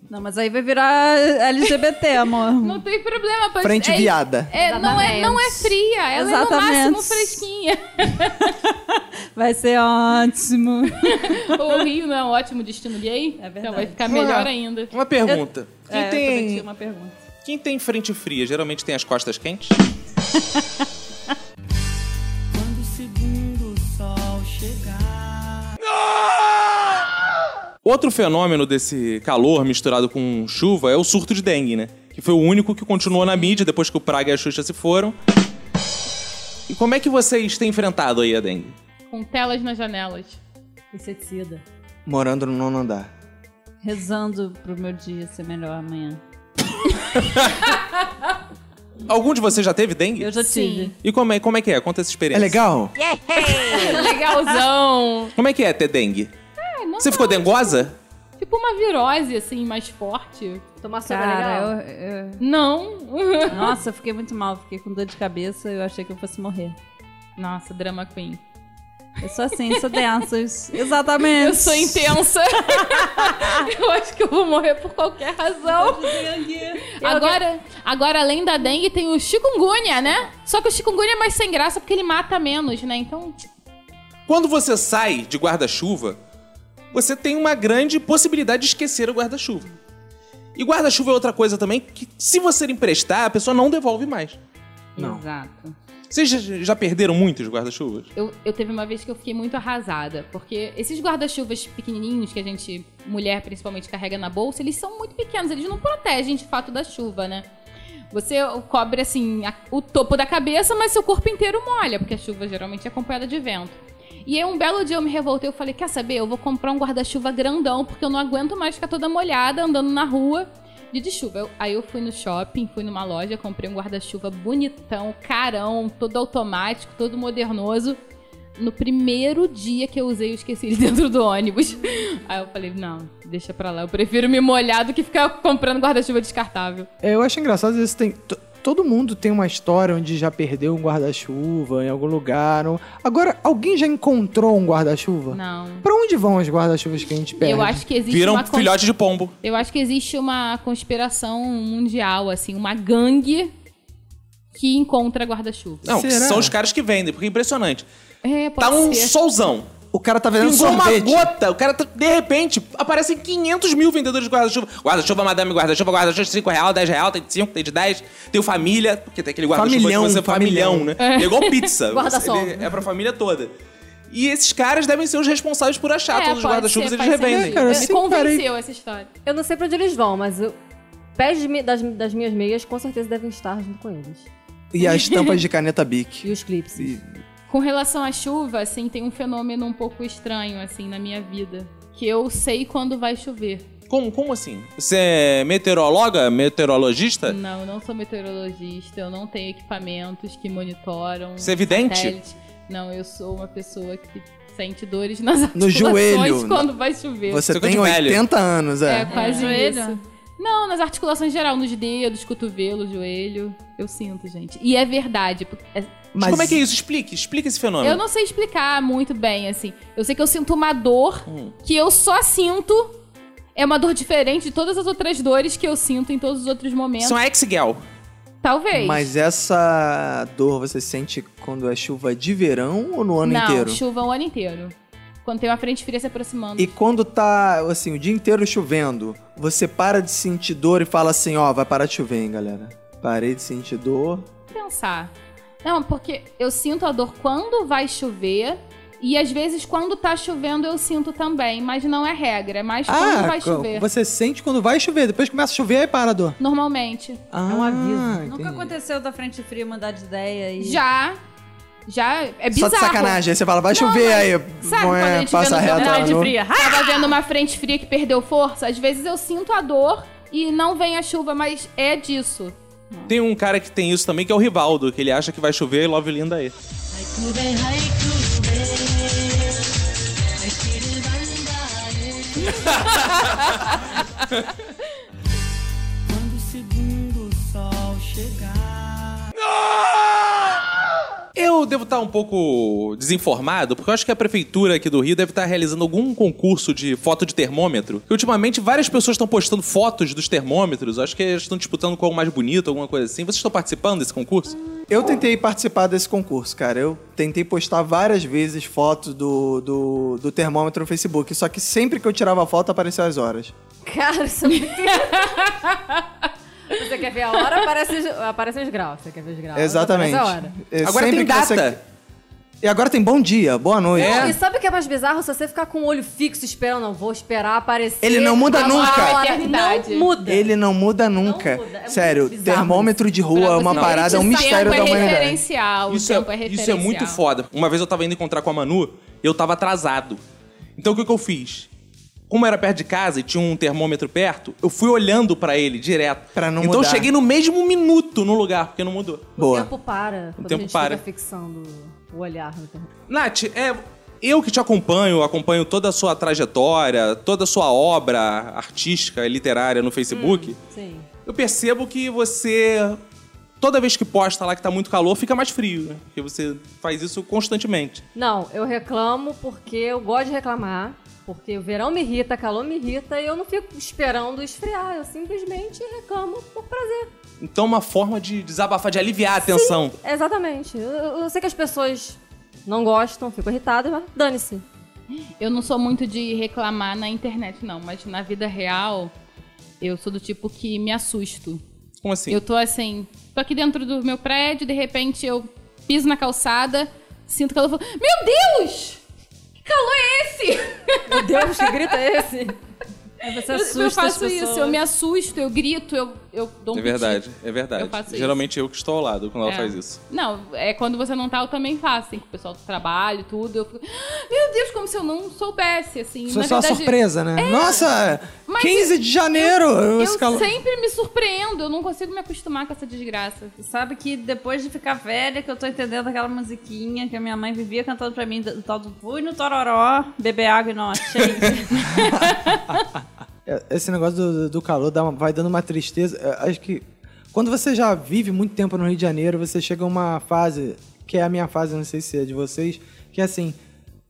Speaker 4: Não, mas aí vai virar LGBT, amor. *laughs*
Speaker 5: Não tem problema, pois
Speaker 10: Frente
Speaker 5: é,
Speaker 10: viada.
Speaker 5: É, não, é, não é
Speaker 3: Exatamente.
Speaker 5: fria, ela é no máximo
Speaker 4: Exatamente.
Speaker 5: fresquinha.
Speaker 4: Vai ser *laughs* ótimo.
Speaker 5: *laughs* o Rio não é um ótimo destino gay,
Speaker 4: É
Speaker 5: então
Speaker 4: verdade.
Speaker 5: vai ficar melhor ainda.
Speaker 1: Uma pergunta. Quem,
Speaker 4: É, eu também tinha
Speaker 1: tem,
Speaker 4: uma pergunta.
Speaker 1: quem tem frente fria geralmente tem as costas
Speaker 4: *laughs*
Speaker 1: quentes?
Speaker 7: Quando o segundo sol chegar.
Speaker 1: Outro fenômeno desse calor misturado com chuva é o surto de dengue, né? Que foi o único que continuou na mídia depois que o Praga e a Xuxa se foram. E como é que vocês têm enfrentado aí a dengue?
Speaker 5: Com telas nas janelas.
Speaker 3: Inseticida.
Speaker 10: Morando no nono andar.
Speaker 4: Rezando pro meu dia ser melhor amanhã.
Speaker 1: Algum de vocês já teve dengue?
Speaker 4: Eu já tive.
Speaker 1: E como é, como é que é? Conta essa
Speaker 10: É
Speaker 1: experiência.
Speaker 10: legal?
Speaker 5: Legalzão.
Speaker 1: Como é que é ter dengue?
Speaker 5: É, não
Speaker 1: Você ficou dengosa?
Speaker 5: Tipo uma virose, assim, mais forte.
Speaker 3: Tomar
Speaker 4: tá
Speaker 3: sopa é legal.
Speaker 4: Cara, eu-
Speaker 5: Não. *laughs*
Speaker 4: eu- Nossa, eu fiquei muito mal. Fiquei com dor de cabeça. Eu achei que eu fosse morrer.
Speaker 5: Nossa, drama queen.
Speaker 4: Eu sou assim, sou *laughs* dessas. Exatamente.
Speaker 5: Eu sou intensa. *laughs* eu acho que eu vou morrer por qualquer razão. Agora, agora, além da dengue, tem o chikungunya, né? Só que o chikungunya é mais sem graça porque ele mata menos, né? Então,
Speaker 1: Quando você sai de guarda-chuva, você tem uma grande possibilidade de esquecer o guarda-chuva. E guarda-chuva é outra coisa também que, se você emprestar, a pessoa não devolve mais.
Speaker 10: Não.
Speaker 5: Exato.
Speaker 1: Vocês já- já perderam muitos guarda-chuvas?
Speaker 5: Eu, eu teve uma vez que eu fiquei muito arrasada, porque esses guarda-chuvas pequenininhos que a gente, mulher principalmente, carrega na bolsa, eles são muito pequenos, eles não protegem de fato da chuva, né? Você cobre, assim, a- o topo da cabeça, mas seu corpo inteiro molha, porque a chuva geralmente é acompanhada de vento. E aí, um belo dia eu me revoltei, eu falei, quer saber, eu vou comprar um guarda-chuva grandão, porque eu não aguento mais ficar toda molhada andando na rua de, de chuva. Eu- aí eu fui no shopping, fui numa loja, comprei um guarda-chuva bonitão, carão, todo automático, todo modernoso. No primeiro dia que eu usei, eu esqueci ele *laughs* dentro do ônibus. Aí eu falei, não, deixa pra lá. Eu prefiro me molhar do que ficar comprando guarda-chuva descartável.
Speaker 11: É, Eu acho engraçado, isso tem. to- Todo mundo tem uma história onde já perdeu um guarda-chuva em algum lugar. não- Agora, alguém já encontrou um guarda-chuva?
Speaker 5: Não.
Speaker 11: Pra onde vão os guarda-chuvas que a gente perde?
Speaker 5: Eu acho que existe
Speaker 1: Viram
Speaker 5: uma cons-
Speaker 1: filhote de pombo.
Speaker 5: Eu acho que existe uma conspiração mundial, assim, uma gangue que encontra guarda-chuva.
Speaker 1: Não, que
Speaker 11: Será?
Speaker 1: são os caras que vendem, porque é impressionante.
Speaker 5: É, pode
Speaker 1: tá um
Speaker 5: ser.
Speaker 1: solzão.
Speaker 2: O cara tá vendendo
Speaker 1: Pingou uma
Speaker 2: sorvete.
Speaker 1: gota, o cara, tá- de repente, aparecem 500 mil vendedores de guarda-chuva. Guarda-chuva, madame, guarda-chuva, guarda-chuva, 5 real, 10 real, tem de 5, tem de 10. Tem o família, porque tem aquele guarda-chuva
Speaker 2: Familhão,
Speaker 1: que você familhão, né? É igual
Speaker 5: *laughs*
Speaker 1: pizza.
Speaker 3: Guarda-sol.
Speaker 1: Ele É pra família toda. E esses caras devem ser os responsáveis por achar
Speaker 5: É,
Speaker 1: todos os
Speaker 5: pode
Speaker 1: guarda-chuvas
Speaker 5: ser,
Speaker 1: eles
Speaker 5: faz
Speaker 1: revendem.
Speaker 5: sentido.
Speaker 11: Cara,
Speaker 5: Me
Speaker 11: assim,
Speaker 5: convenceu
Speaker 11: cara,
Speaker 5: essa história.
Speaker 3: Eu não sei pra onde eles vão, mas os pés de mi- das, das minhas meias com certeza devem estar junto com eles.
Speaker 2: E as tampas de caneta Bic.
Speaker 3: E os clipes.
Speaker 2: E-
Speaker 5: Com relação à chuva, assim, tem um fenômeno um pouco estranho, assim, na minha vida. Que eu sei quando vai chover.
Speaker 1: Como, como assim? Você é meteoróloga, meteorologista?
Speaker 5: Não, eu não sou meteorologista, eu não tenho equipamentos que monitoram.
Speaker 1: Você é vidente?
Speaker 5: satélites. Não, eu sou uma pessoa que sente dores nas
Speaker 2: No
Speaker 5: articulações
Speaker 2: joelho.
Speaker 5: quando vai chover.
Speaker 1: Você
Speaker 2: Você
Speaker 1: ficou
Speaker 2: tem
Speaker 1: de velho.
Speaker 2: 80 anos,
Speaker 5: É,
Speaker 2: é.
Speaker 5: quase
Speaker 4: É.
Speaker 5: isso.
Speaker 4: Joelho?
Speaker 5: Não, nas articulações geral, nos dedos, cotovelo, joelho. Eu sinto, gente. E é verdade. porque- é-
Speaker 1: Mas como é que é isso? Explique, explique esse fenômeno.
Speaker 5: Eu não sei explicar muito bem, assim. Eu sei que eu sinto uma dor
Speaker 1: Hum.
Speaker 5: que eu só sinto. É uma dor diferente de todas as outras dores que eu sinto em todos os outros momentos.
Speaker 1: São ex-gal.
Speaker 5: Talvez.
Speaker 2: Mas é essa dor você sente quando é chuva de verão ou no ano
Speaker 5: Não,
Speaker 2: inteiro?
Speaker 5: chuva o ano inteiro. Quando tem uma frente fria se aproximando.
Speaker 2: E quando tá, assim, o dia inteiro chovendo, você para de sentir dor e fala assim, ó, vai parar de chover, hein, galera. Parei de sentir dor.
Speaker 5: pensar. Não, porque eu sinto a dor quando vai chover. E às vezes quando tá chovendo eu sinto também, mas não é regra, é mais quando
Speaker 11: Ah,
Speaker 5: vai
Speaker 11: co-
Speaker 5: chover.
Speaker 11: você sente quando vai chover, depois começa a chover, aí para a dor.
Speaker 5: Normalmente.
Speaker 2: É
Speaker 11: Ah,
Speaker 3: um aviso.
Speaker 4: Nunca aconteceu da frente fria mandar de ideia e.
Speaker 5: Já já é
Speaker 2: Só
Speaker 5: bizarro.
Speaker 2: de sacanagem. Aí você fala, vai
Speaker 5: Não,
Speaker 2: chover,
Speaker 5: mas
Speaker 2: aí
Speaker 5: sabe
Speaker 2: não
Speaker 5: quando a
Speaker 2: é,
Speaker 5: gente
Speaker 2: passa
Speaker 5: vê no
Speaker 2: reto.
Speaker 5: jornal
Speaker 2: lá
Speaker 5: de
Speaker 2: no-
Speaker 4: fria.
Speaker 5: Tava vendo uma frente fria que perdeu força, às vezes eu sinto a dor e não vem a chuva, mas é disso.
Speaker 1: Tem um cara que tem isso também, que é o Rivaldo, que ele acha que vai chover e Love Linda aí. Eu devo estar um pouco desinformado, porque eu acho que a prefeitura aqui do Rio deve estar realizando algum concurso de foto de termômetro. E ultimamente várias pessoas estão postando fotos dos termômetros. Eu Acho que eles estão disputando qual é o mais bonito, alguma coisa assim. Vocês estão participando desse concurso?
Speaker 2: Eu tentei participar desse concurso, cara. Eu tentei postar várias vezes fotos do, do, do termômetro no Facebook. Só que sempre que eu tirava foto, aparecia as horas.
Speaker 5: Ah,
Speaker 3: Cara, isso é muito... Você quer ver a hora, aparece, os- aparece os graus. Você quer ver os
Speaker 5: então
Speaker 3: graus,
Speaker 2: Exatamente.
Speaker 5: tá
Speaker 3: aparece a hora.
Speaker 2: É,
Speaker 1: Agora tem
Speaker 2: sempre que você-
Speaker 1: data.
Speaker 2: E agora tem bom dia, boa noite.
Speaker 3: Não, e sabe o que é mais bizarro? Se você ficar com o olho fixo esperando, não, vou esperar aparecer.
Speaker 2: Ele não muda
Speaker 3: a
Speaker 2: nunca.
Speaker 3: hora,
Speaker 5: Eternidade.
Speaker 3: Não muda.
Speaker 2: Ele é não muda nunca.
Speaker 3: muda, é muito
Speaker 2: Sério,
Speaker 3: bizarro
Speaker 2: termômetro de rua
Speaker 5: Pra
Speaker 2: é uma
Speaker 5: você
Speaker 2: parada, é um
Speaker 5: ver que
Speaker 2: mistério da
Speaker 5: tempo é
Speaker 2: humanidade.
Speaker 5: referencial,
Speaker 1: Isso
Speaker 5: o tempo é,
Speaker 1: é,
Speaker 5: referencial.
Speaker 1: isso é muito foda. Uma vez eu tava indo encontrar com a Manu e eu tava atrasado. Então o que, que eu fiz? Como era perto de casa e tinha um termômetro perto, eu fui olhando pra ele direto.
Speaker 2: Pra não
Speaker 1: então
Speaker 2: mudar.
Speaker 1: eu cheguei no mesmo minuto no lugar, porque não mudou.
Speaker 3: O
Speaker 2: Boa.
Speaker 3: tempo para. Quando
Speaker 1: tempo
Speaker 3: a gente
Speaker 1: para.
Speaker 3: fica fixando o olhar no tempo.
Speaker 1: Nath, é. Eu que te acompanho, acompanho toda a sua trajetória, toda a sua obra artística e literária no Facebook.
Speaker 5: Hum.
Speaker 3: Sim.
Speaker 1: Eu percebo que você, toda vez que posta lá que tá muito calor, fica mais frio, né? Porque você faz isso constantemente.
Speaker 3: Não, eu reclamo porque eu gosto de reclamar. Porque o verão me irrita, calor me irrita e eu não fico esperando esfriar. Eu simplesmente reclamo por prazer. É,
Speaker 1: Então, é uma forma de desabafar, de aliviar a tensão.
Speaker 3: Exatamente. Eu, eu sei que as pessoas não gostam, ficam irritadas, mas dane-se.
Speaker 5: Eu não sou muito de reclamar na internet, não, mas na vida real, eu sou do tipo que me assusto.
Speaker 1: Como assim?
Speaker 5: Eu tô assim, tô aqui dentro do meu prédio, de repente eu piso na calçada, sinto calor e falo: Meu Deus! Que calor é esse?
Speaker 3: Meu Deus, que grito é esse?
Speaker 4: Aí você
Speaker 5: Eu,
Speaker 4: assusta
Speaker 5: eu
Speaker 4: as
Speaker 5: faço
Speaker 4: pessoas.
Speaker 5: isso, eu me assusto, eu grito, eu, eu dou um
Speaker 1: É verdade,
Speaker 5: piti.
Speaker 1: é verdade.
Speaker 5: Eu faço isso.
Speaker 1: Geralmente eu que estou ao lado quando ela
Speaker 5: É.
Speaker 1: faz isso.
Speaker 5: Não, é quando você não tá, eu também faço, assim, com o pessoal do trabalho, tudo. Eu fico, "Ah, meu Deus, como se eu não soubesse, assim.
Speaker 2: Isso é
Speaker 5: na
Speaker 2: só uma
Speaker 5: verdade-
Speaker 2: surpresa, né?
Speaker 5: É,
Speaker 2: Nossa,
Speaker 5: mas
Speaker 2: 15 de janeiro!
Speaker 5: Eu,
Speaker 2: esse calor-
Speaker 5: sempre me surpreendo, eu não consigo me acostumar com essa desgraça.
Speaker 4: Sabe que depois de ficar velha, que eu tô entendendo aquela musiquinha que a minha mãe vivia cantando pra mim, do tal do Fui no Tororó, beber água e não achei. *laughs*
Speaker 2: É, Esse negócio do, do calor dá uma- vai dando uma tristeza. É, Acho que quando você já vive muito tempo no Rio de Janeiro, você chega a uma fase, que é a minha fase, não sei se é de vocês, que é assim,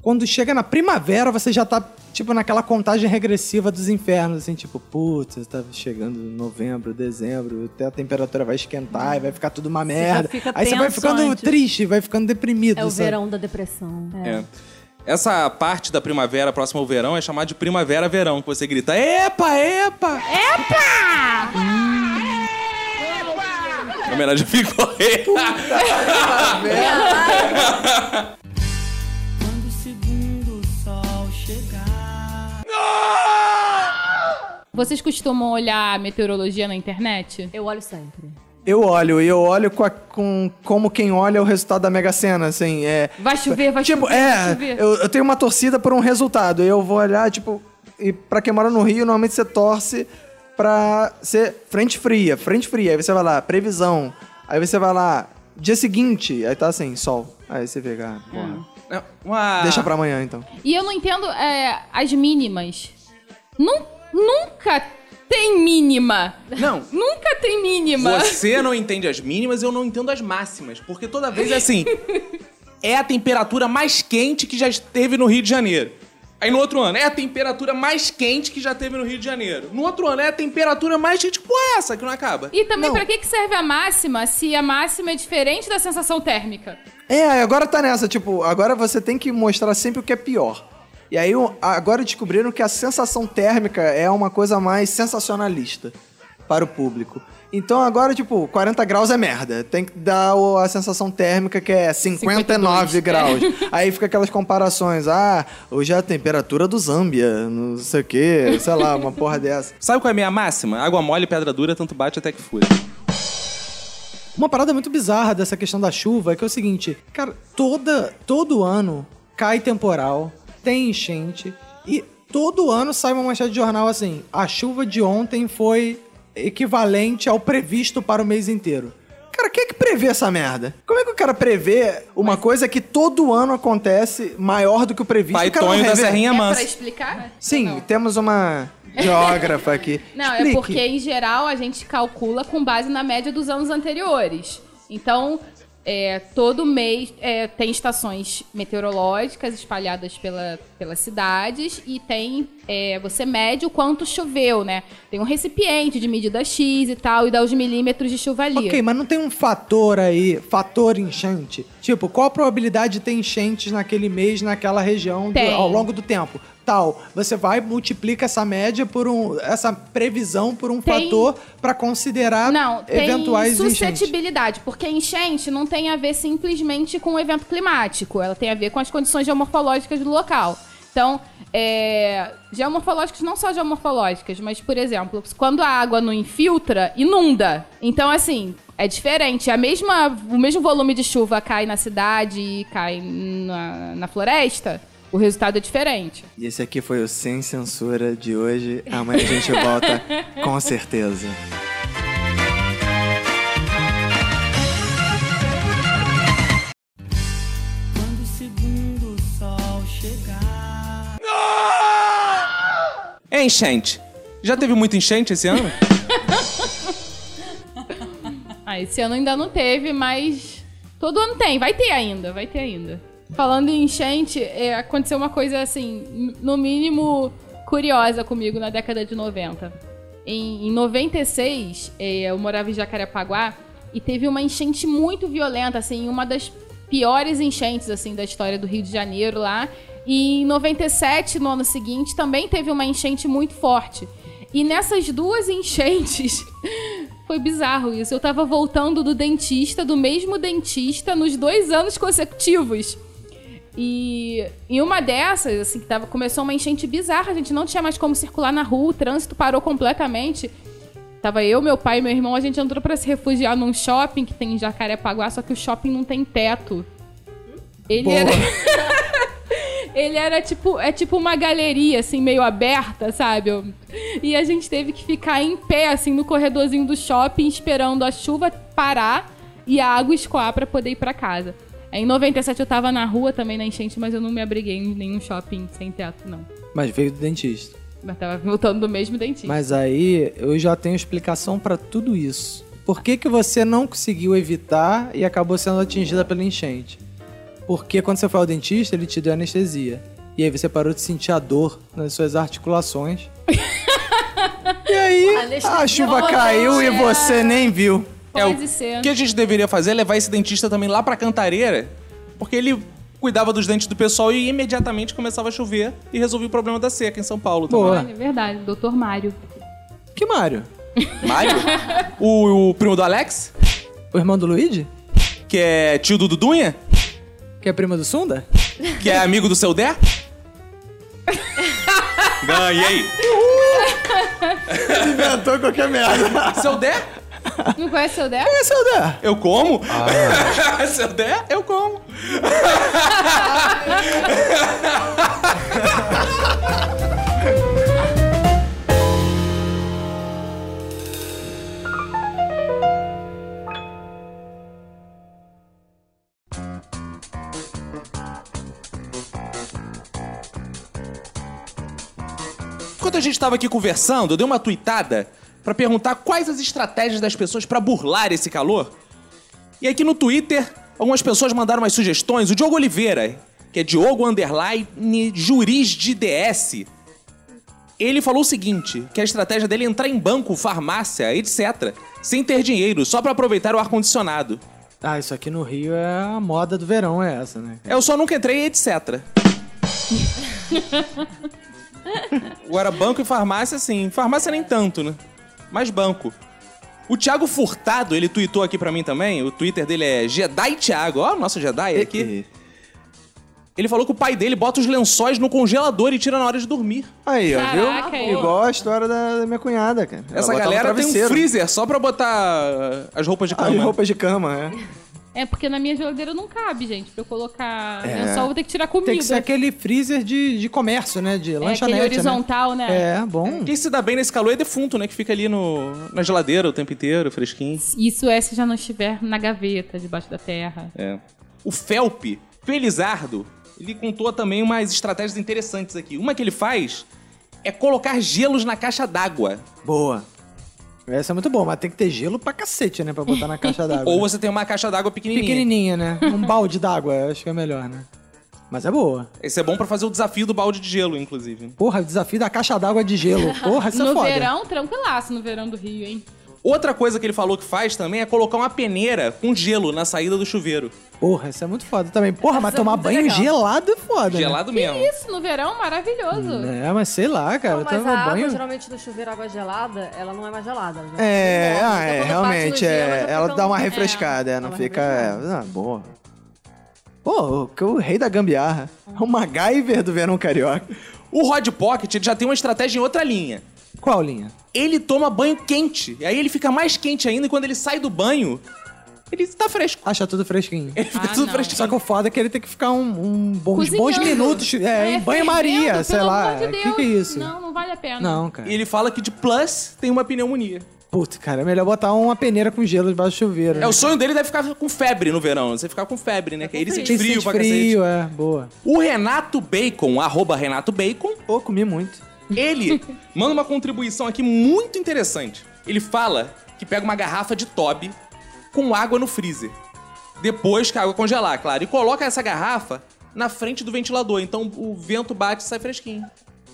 Speaker 2: quando chega na primavera, você já tá, tipo, naquela contagem regressiva dos infernos, assim, tipo, putz, tá chegando novembro, dezembro, até a temperatura vai esquentar e vai ficar tudo uma
Speaker 3: já
Speaker 2: merda.
Speaker 3: fica
Speaker 2: Aí você vai
Speaker 3: tenso
Speaker 2: ficando
Speaker 3: antes.
Speaker 2: triste, vai ficando deprimido.
Speaker 3: É o
Speaker 2: sabe?
Speaker 3: verão da depressão.
Speaker 1: É. Essa parte da primavera próxima ao verão é chamada de primavera-verão, que você grita, epa, epa! Hum. Na verdade, eu fico
Speaker 7: Quando o segundo sol chegar.
Speaker 5: Vocês costumam olhar a meteorologia na internet?
Speaker 3: Eu olho sempre.
Speaker 10: Eu olho, e eu olho com, a- com- como quem olha o resultado da Mega Sena, assim, é...
Speaker 5: Vai chover, vai
Speaker 10: tipo,
Speaker 5: chover, vai
Speaker 10: é,
Speaker 5: chover.
Speaker 10: eu, eu tenho uma torcida por um resultado, e eu vou olhar, tipo... E pra quem mora no Rio, normalmente você torce pra ser frente fria, frente fria. Aí você vai lá, previsão. Aí você vai lá, dia seguinte, aí tá assim, sol. Aí você vê, ah, porra.
Speaker 1: Ah.
Speaker 5: Ah.
Speaker 10: Deixa pra amanhã, então.
Speaker 5: E eu não entendo é, as mínimas. Nun- nunca tem mínima.
Speaker 1: Não.
Speaker 5: Nunca tem mínima.
Speaker 1: Você não entende as mínimas, eu não entendo as máximas. Porque toda vez é assim. é a temperatura mais quente que já esteve no Rio de Janeiro. Aí no outro ano, é a temperatura mais quente que já teve no Rio de Janeiro. No outro ano, é a temperatura mais quente. Pô, é essa que não acaba.
Speaker 5: E também, pra que que serve a máxima se a máxima é diferente da sensação térmica?
Speaker 10: É, agora tá nessa, tipo, agora você tem que mostrar sempre o que é pior. E aí o- agora descobriram que a sensação térmica é uma coisa mais sensacionalista para o público. Então agora, tipo, 40 graus é merda. Tem que dar o- a sensação térmica que é 59
Speaker 5: 52,
Speaker 10: graus. *laughs* Aí fica aquelas comparações. Ah, hoje é a temperatura do Zâmbia, não sei o quê, sei lá, uma porra dessa.
Speaker 1: Sabe qual é a minha máxima? Água mole, pedra dura, tanto bate até que fura.
Speaker 2: Uma parada muito bizarra dessa questão da chuva é que é o seguinte, cara, toda, todo ano cai temporal, tem enchente e todo ano sai uma manchete de jornal assim: a chuva de ontem foi equivalente ao previsto para o mês inteiro.
Speaker 10: Cara, quem é que prevê essa merda? Como é que o cara prevê uma coisa que todo ano acontece maior do que o previsto? O
Speaker 1: Pai
Speaker 10: cara não
Speaker 1: Tonho da
Speaker 10: revê?
Speaker 1: Serrinha
Speaker 5: É pra
Speaker 1: Mansa.
Speaker 5: explicar?
Speaker 10: Sim,
Speaker 5: Ou não?
Speaker 10: temos uma geógrafa aqui.
Speaker 5: Não, é
Speaker 10: Explique.
Speaker 5: porque em geral a gente calcula com base na média dos anos anteriores. Então, é, todo mês é, tem estações meteorológicas espalhadas pela, pelas cidades e tem é, você mede o quanto choveu, né? Tem um recipiente de medida X e tal e dá os milímetros de chuva ali.
Speaker 2: Ok, mas não tem um fator aí, fator enchente? Tipo, qual a probabilidade de ter enchentes naquele mês, naquela região, do-
Speaker 5: Tem.
Speaker 2: ao longo do tempo? Tal, você vai multiplica essa média por um, essa previsão por um
Speaker 5: Tem-
Speaker 2: fator pra considerar
Speaker 5: Não, tem
Speaker 2: eventuais enchentes.
Speaker 5: suscetibilidade, porque enchente não tem a ver simplesmente com o evento climático, ela tem a ver com as condições geomorfológicas do local. Então, é, geomorfológicas não só geomorfológicas, mas, por exemplo, quando a água não infiltra, inunda. Então, assim, é diferente. A mesma, o mesmo volume de chuva cai na cidade e cai na, na floresta, o resultado é diferente.
Speaker 10: E esse aqui foi o Sem Censura de hoje. Amanhã a gente
Speaker 5: *laughs*
Speaker 10: volta, com certeza.
Speaker 7: Quando o segundo sol chegar.
Speaker 1: É enchente. Já teve muita enchente esse ano?
Speaker 5: Ah, esse ano ainda não teve, mas todo ano tem, vai ter ainda, vai ter ainda. Falando em enchente, é, aconteceu uma coisa assim, n- no mínimo curiosa comigo na década de 90. Em, em 96, é, eu morava em Jacarepaguá e teve uma enchente muito violenta, assim, uma das piores enchentes assim da história do Rio de Janeiro lá. E em 97, no ano seguinte, também teve uma enchente muito forte. E nessas duas enchentes, *laughs* foi bizarro isso. Eu tava voltando do dentista, do mesmo dentista, nos dois anos consecutivos. E em uma dessas, assim, que tava, começou uma enchente bizarra, a gente não tinha mais como circular na rua, o trânsito parou completamente. Tava eu, meu pai e meu irmão, a gente entrou pra se refugiar num shopping que tem em Jacarepaguá, só que o shopping não tem teto. Ele era... *laughs* Ele era tipo, é tipo uma galeria, assim, meio aberta, sabe? E a gente teve que ficar em pé, assim, no corredorzinho do shopping, esperando a chuva parar e a água escoar pra poder ir pra casa. Em 97 eu tava na rua também, na enchente, mas eu não me abriguei em nenhum shopping sem teto, não.
Speaker 2: Mas veio do dentista.
Speaker 5: Mas tava voltando do mesmo dentista.
Speaker 2: Mas aí eu já tenho explicação pra tudo isso. Por que, que você não conseguiu evitar e acabou sendo atingida pela enchente? Porque quando você foi ao dentista, ele te deu anestesia. E aí você parou de sentir a dor nas suas articulações. e aí
Speaker 3: Anestesia
Speaker 2: a chuva caiu e você nem viu.
Speaker 1: É,
Speaker 5: Pode
Speaker 1: o
Speaker 5: ser. né?
Speaker 1: que a gente deveria fazer é levar esse dentista também lá pra Cantareira, porque ele cuidava dos dentes do pessoal e imediatamente começava a chover e resolvia o problema da seca em São Paulo. também.
Speaker 2: Boa.
Speaker 5: É verdade, Dr. Mário.
Speaker 2: Que Mário?
Speaker 1: Mário? O, o primo do Alex?
Speaker 2: O irmão do Luigi?
Speaker 1: Que é tio do Dudunha?
Speaker 2: Que é prima do Sunda?
Speaker 1: Que é amigo do seu Dé? Ganhei!
Speaker 10: Inventou qualquer merda.
Speaker 1: Seu Dé?
Speaker 5: Não conhece seu Dé?
Speaker 2: É, Sunda!
Speaker 1: Eu como?
Speaker 9: Ai.
Speaker 1: *laughs* seu Dé? Eu como. Enquanto a gente tava aqui conversando, eu dei uma tuitada pra perguntar quais as estratégias das pessoas pra burlar esse calor. E aqui no Twitter, algumas pessoas mandaram umas sugestões. O Diogo Oliveira, que é Diogo Underline Juris de DS, ele falou o seguinte, que a estratégia dele é entrar em banco, farmácia, etc., sem ter dinheiro, só pra aproveitar o ar-condicionado.
Speaker 2: Ah, isso aqui no Rio é a moda do verão, é essa, né?
Speaker 1: Eu só nunca entrei, etc. Agora, banco e farmácia, sim. Farmácia nem tanto, né? Mas banco. O Thiago Furtado, ele tweetou aqui pra mim também. O Twitter dele é Jedi Thiago. Ó, o nosso Jedi aqui. Ele falou que o pai dele bota os lençóis no congelador e tira na hora de dormir.
Speaker 10: Aí, ó,
Speaker 5: Caraca,
Speaker 10: viu?
Speaker 5: aí.
Speaker 10: Igual a história da, da minha cunhada, cara. Ela
Speaker 1: Essa
Speaker 10: botava um
Speaker 1: galera tem um
Speaker 10: travesseiro.
Speaker 1: freezer só pra botar as roupas de
Speaker 10: Ah, de
Speaker 1: cama.
Speaker 10: roupas de cama, é.
Speaker 5: É porque na minha geladeira não cabe, gente. Pra eu colocar lençol, eu vou ter que tirar comida.
Speaker 2: É. Tem que ser aquele freezer de, de comércio, né? De
Speaker 5: é, aquele
Speaker 2: lanchonete,
Speaker 5: horizontal,
Speaker 2: né?
Speaker 5: né?
Speaker 2: É, bom.
Speaker 1: Quem se dá bem nesse calor é defunto, né? Que fica ali no, na geladeira o tempo inteiro, fresquinho.
Speaker 5: Isso é se já não estiver na gaveta, debaixo da terra.
Speaker 1: É. O Felpe Felizardo, ele contou também umas estratégias interessantes aqui. Uma que ele faz é colocar gelos na caixa d'água.
Speaker 2: Boa. Essa é muito boa, mas tem que ter gelo pra cacete, né? Pra botar na caixa
Speaker 5: Tá
Speaker 1: *laughs*
Speaker 2: d'água. né?
Speaker 1: Ou você tem uma caixa d'água pequenininha.
Speaker 2: pequenininha,
Speaker 3: *laughs*
Speaker 2: né? Um balde d'água, eu acho que é melhor, né? Mas é boa.
Speaker 1: Esse é bom pra fazer o desafio do balde de gelo, inclusive.
Speaker 2: Porra, o desafio da caixa d'água de
Speaker 3: *laughs*
Speaker 2: gelo. Porra, isso é
Speaker 5: no
Speaker 2: foda.
Speaker 5: verão, tranquilaço no verão do Rio, hein?
Speaker 1: Outra coisa que ele falou que faz também é colocar uma peneira com gelo na saída do chuveiro.
Speaker 5: Tá
Speaker 2: Porra, isso é muito foda também. Porra, mas
Speaker 3: Isso é
Speaker 2: tomar
Speaker 3: muito
Speaker 2: banho
Speaker 3: legal.
Speaker 2: gelado é foda.
Speaker 1: Gelado mesmo.
Speaker 5: Isso, no verão, maravilhoso.
Speaker 2: Né? É, mas sei lá, cara.
Speaker 3: Não, mas a
Speaker 2: tomar
Speaker 3: água,
Speaker 2: banho.
Speaker 3: geralmente no chuveiro, a água gelada, ela não é mais gelada. ela já
Speaker 10: É,
Speaker 3: fica morna.
Speaker 10: ah, é,
Speaker 3: Então, quando bate no
Speaker 10: realmente,
Speaker 3: gelo,
Speaker 10: é.
Speaker 3: já
Speaker 10: Ela
Speaker 3: fica
Speaker 10: dá
Speaker 3: um-
Speaker 10: uma refrescada, é,
Speaker 3: dá
Speaker 10: não
Speaker 3: uma
Speaker 10: fica.
Speaker 3: refrescada.
Speaker 10: é, ah, boa. Pô, o- que o rei da gambiarra. É o MacGyver do verão carioca.
Speaker 1: O Rod Pocket ele já tem uma estratégia em outra linha.
Speaker 2: Qual linha?
Speaker 1: Ele toma banho quente. E aí ele fica mais quente ainda e quando ele sai do banho, ele tá fresco.
Speaker 2: Acha tudo fresquinho.
Speaker 1: Ele fica
Speaker 5: Ah,
Speaker 1: tudo
Speaker 5: não.
Speaker 1: fresquinho.
Speaker 2: Só que o foda é que ele tem que ficar um, um bons,
Speaker 5: Cozinhando.
Speaker 2: bons minutos é, em
Speaker 5: É,
Speaker 2: banho-maria,
Speaker 5: fervendo,
Speaker 2: sei
Speaker 5: pelo
Speaker 2: lá.
Speaker 5: amor de
Speaker 2: O que,
Speaker 5: Deus.
Speaker 2: que é isso?
Speaker 5: Não, não vale a pena.
Speaker 2: Não, cara.
Speaker 1: E ele fala que de plus tem uma pneumonia.
Speaker 2: Puta, cara, é melhor botar uma peneira com gelo debaixo do chuveiro.
Speaker 1: É,
Speaker 2: né?
Speaker 1: o sonho dele deve ficar com febre no verão. Você ficar com febre, né? Que aí ele sente
Speaker 2: Quem
Speaker 1: frio
Speaker 2: sente
Speaker 1: pra cacete.
Speaker 2: frio, é, boa.
Speaker 1: O Renato Bacon, arroba Renato Bacon,
Speaker 2: Ou comi muito.
Speaker 1: ele manda uma contribuição aqui muito interessante. Ele fala que pega uma garrafa de Toby com água no freezer. Depois que a água congelar, claro. E coloca essa garrafa na frente do ventilador. Então o vento bate e sai fresquinho.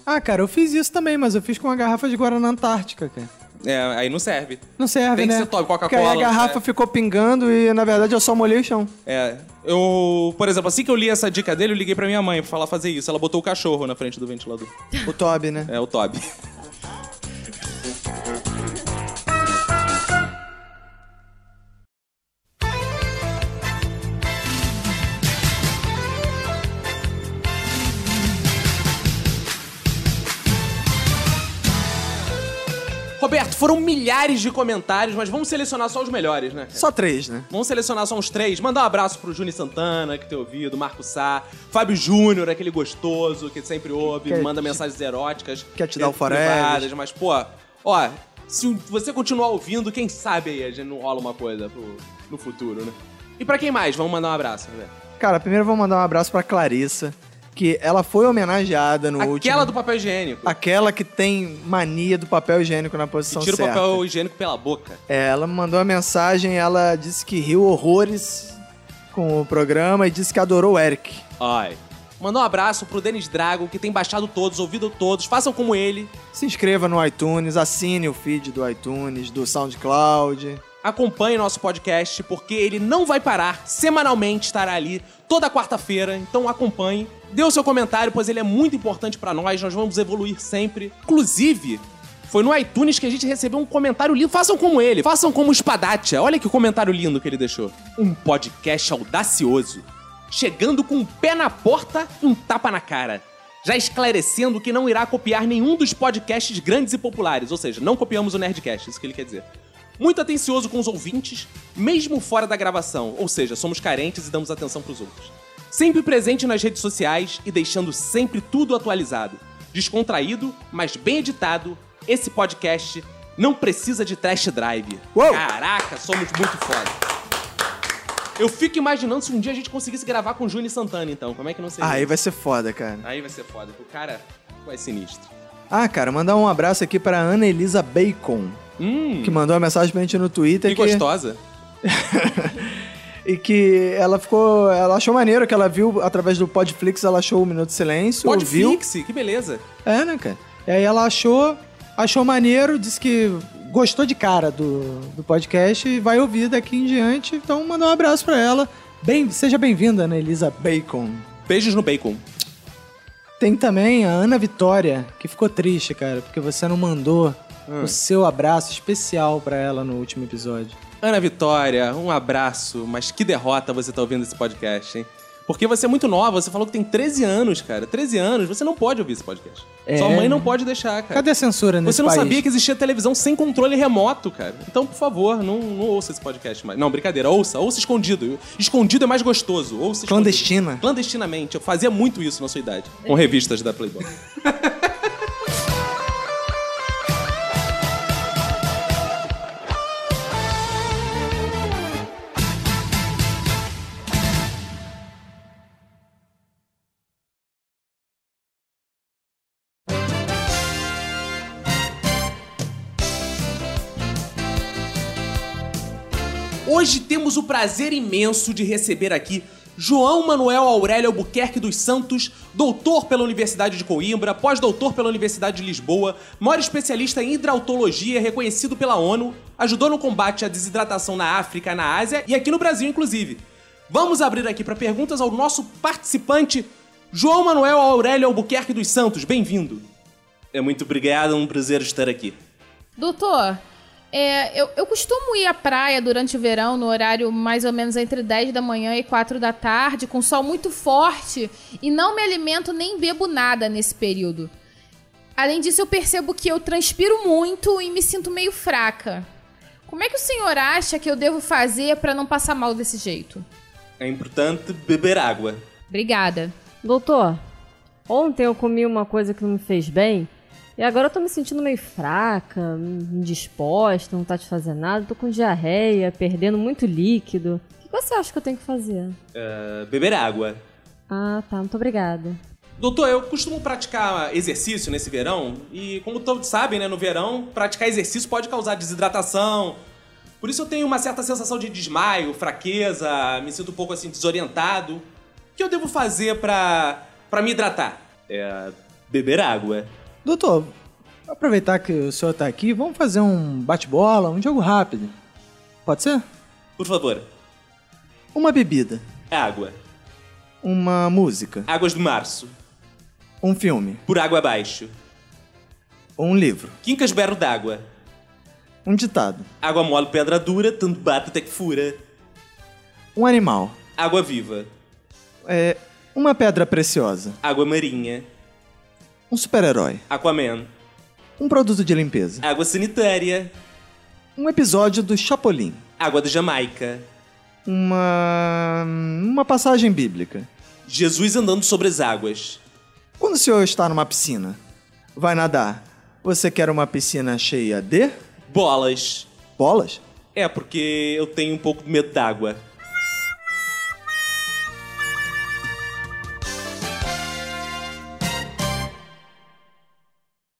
Speaker 2: Ah, cara, eu fiz isso também, mas eu fiz com uma garrafa de Guaraná Antártica, cara.
Speaker 1: É, aí não serve.
Speaker 2: Não serve,
Speaker 1: Tem que
Speaker 2: né?
Speaker 1: ser Toby,
Speaker 10: Porque aí
Speaker 1: Coca-Cola.
Speaker 10: a garrafa
Speaker 1: é.
Speaker 10: ficou pingando e, na verdade, eu só molhei o chão.
Speaker 1: É, eu, por exemplo, assim que eu li essa dica dele, eu liguei pra minha mãe pra falar fazer isso. Ela botou o cachorro na frente do ventilador.
Speaker 10: O Toby, né?
Speaker 1: É o Toby. Roberto, foram milhares de comentários, mas vamos selecionar só os melhores, né? cara?
Speaker 2: Só três, né?
Speaker 1: Vamos selecionar só uns três. Mandar um abraço pro Juni Santana, que tem ouvido, Marco Sá, Fábio Júnior, aquele gostoso que sempre ouve,
Speaker 2: Quer
Speaker 1: manda
Speaker 2: te-
Speaker 1: mensagens eróticas.
Speaker 2: quer te dar o
Speaker 1: privadas,
Speaker 2: Forever.
Speaker 1: Mas, pô, ó, se você continuar ouvindo, quem sabe aí a gente não rola uma coisa pro- no futuro, né? E pra quem mais? Vamos mandar um abraço, né?
Speaker 2: Cara, primeiro vou mandar um abraço pra Clarissa, que ela foi homenageada no último.
Speaker 1: Aquela do papel higiênico.
Speaker 2: Aquela que tem mania do papel higiênico na
Speaker 1: Que
Speaker 2: posição
Speaker 1: tira o
Speaker 2: certa.
Speaker 1: papel higiênico pela boca.
Speaker 2: É, ela me mandou uma mensagem, ela disse que riu horrores com o programa e disse que adorou o Eric.
Speaker 1: Ai. Mandar um abraço pro Denis Drago, que tem baixado todos, ouvido todos. Façam como ele.
Speaker 2: Se inscreva no iTunes, assine o feed do iTunes, do SoundCloud.
Speaker 1: Acompanhe nosso podcast, porque ele não vai parar. Semanalmente estará ali, toda quarta-feira. Então acompanhe. Dê o seu comentário, pois ele é muito importante pra nós. Nós vamos evoluir sempre. Inclusive, foi no iTunes que a gente recebeu um comentário lindo. Façam como ele, façam como o Spadatia. Olha que comentário lindo que ele deixou. Um podcast audacioso. Chegando com um pé na porta e um tapa na cara já esclarecendo que não irá copiar nenhum dos podcasts grandes e populares, ou seja, não copiamos o Nerdcast, isso que ele quer dizer. Muito atencioso com os ouvintes, mesmo fora da gravação, ou seja, somos carentes e damos atenção pros outros. Sempre presente nas redes sociais e deixando sempre tudo atualizado. Descontraído, mas bem editado, esse podcast não precisa de trash drive.
Speaker 2: Uou!
Speaker 1: Caraca, somos muito foda. Eu fico imaginando se um dia a gente conseguisse gravar com o Juni Santana, então. Como é que não seria?
Speaker 2: Aí vai ser foda, cara.
Speaker 1: Aí vai ser foda, porque o cara é sinistro.
Speaker 2: Ah, cara, mandar um abraço aqui pra Ana Elisa Bacon,
Speaker 1: Hum,
Speaker 2: que mandou uma mensagem pra gente no Twitter.
Speaker 1: que gostosa.
Speaker 2: *laughs* E que ela ficou. Ela achou maneiro que ela viu através do Podflix, ela achou o Minuto de Silêncio. ouviu.
Speaker 1: Podflix, que beleza.
Speaker 2: É, né, cara? E aí ela achou, achou maneiro, disse que gostou de cara do, do podcast e vai ouvir daqui em diante. Então, mandar um abraço pra ela. Bem, seja bem-vinda, Ana Elisa Bacon.
Speaker 1: Beijos no bacon.
Speaker 2: Tem também a Ana Vitória, que ficou triste, cara, porque você não mandou o seu abraço especial pra ela no último episódio.
Speaker 1: Ana Vitória, um abraço, mas que derrota você tá ouvindo esse podcast, hein? Porque você é muito nova, você falou que tem 13 anos, cara. 13 anos, você não pode ouvir esse podcast.
Speaker 2: É.
Speaker 1: Sua mãe não pode deixar, cara.
Speaker 2: Cadê a censura nesse
Speaker 1: Você não
Speaker 2: país?
Speaker 1: sabia que existia televisão sem controle remoto, cara. Então, por favor, não, não ouça esse podcast mais. Não, brincadeira, ouça, ouça escondido. Escondido é mais gostoso. Ouça escondido.
Speaker 2: Clandestina.
Speaker 1: Clandestinamente. Eu fazia muito isso na sua idade, com revistas da Playboy. Hoje temos o prazer imenso de receber aqui João Manuel Aurélio Albuquerque dos Santos, doutor pela Universidade de Coimbra, pós-doutor pela Universidade de Lisboa, maior especialista em hidrautologia reconhecido pela ONU, ajudou no combate à desidratação na África, na Ásia e aqui no Brasil, inclusive. Vamos abrir aqui para perguntas ao nosso participante, João Manuel Aurélio Albuquerque dos Santos. Bem-vindo. É muito obrigado, é um prazer estar aqui.
Speaker 5: Doutor, é, eu, eu costumo ir à praia durante o verão, no horário mais ou menos entre 10 da manhã e 4 da tarde, com sol muito forte, e não me alimento nem bebo nada nesse período. Além disso, eu percebo que eu transpiro muito e me sinto meio fraca. Como é que o senhor acha que eu devo fazer para não passar mal desse jeito?
Speaker 1: É importante beber água.
Speaker 5: Obrigada.
Speaker 3: Doutor, ontem eu comi uma coisa que não me fez bem e agora eu tô me sentindo meio fraca, indisposta, não tá te fazendo nada, tô com diarreia, perdendo muito líquido. O que você acha que eu tenho que fazer?
Speaker 1: Eh, beber água.
Speaker 3: Ah, tá, muito obrigada.
Speaker 1: Doutor, eu costumo praticar exercício nesse verão e, como todos sabem, né, no verão, praticar exercício pode causar desidratação. Por isso eu tenho uma certa sensação de desmaio, fraqueza, me sinto um pouco assim desorientado. O que eu devo fazer pra, pra me hidratar? É beber água.
Speaker 12: Doutor, aproveitar que o senhor tá aqui, vamos fazer um bate-bola, um jogo rápido. Pode ser?
Speaker 1: Por favor,
Speaker 2: Uma bebida,
Speaker 1: água.
Speaker 2: uma música,
Speaker 1: Águas do março.
Speaker 2: um filme,
Speaker 1: Por água abaixo.
Speaker 2: um livro,
Speaker 1: Quincas berro d'água.
Speaker 2: um ditado,
Speaker 1: Água mole, pedra dura, tanto bate até que fura.
Speaker 2: um animal,
Speaker 1: Água viva.
Speaker 2: é, uma pedra preciosa,
Speaker 1: Água marinha.
Speaker 2: um super-herói,
Speaker 1: Aquaman.
Speaker 2: Um produto de limpeza.
Speaker 1: Água sanitária.
Speaker 2: Um episódio do Chapolin.
Speaker 1: Água da Jamaica.
Speaker 2: Uma. Uma passagem bíblica.
Speaker 1: Jesus andando sobre as águas.
Speaker 2: Quando o senhor está numa piscina, vai nadar, você quer uma piscina cheia de
Speaker 1: Bolas.
Speaker 2: bolas?
Speaker 1: É, porque eu tenho um pouco de medo d'água.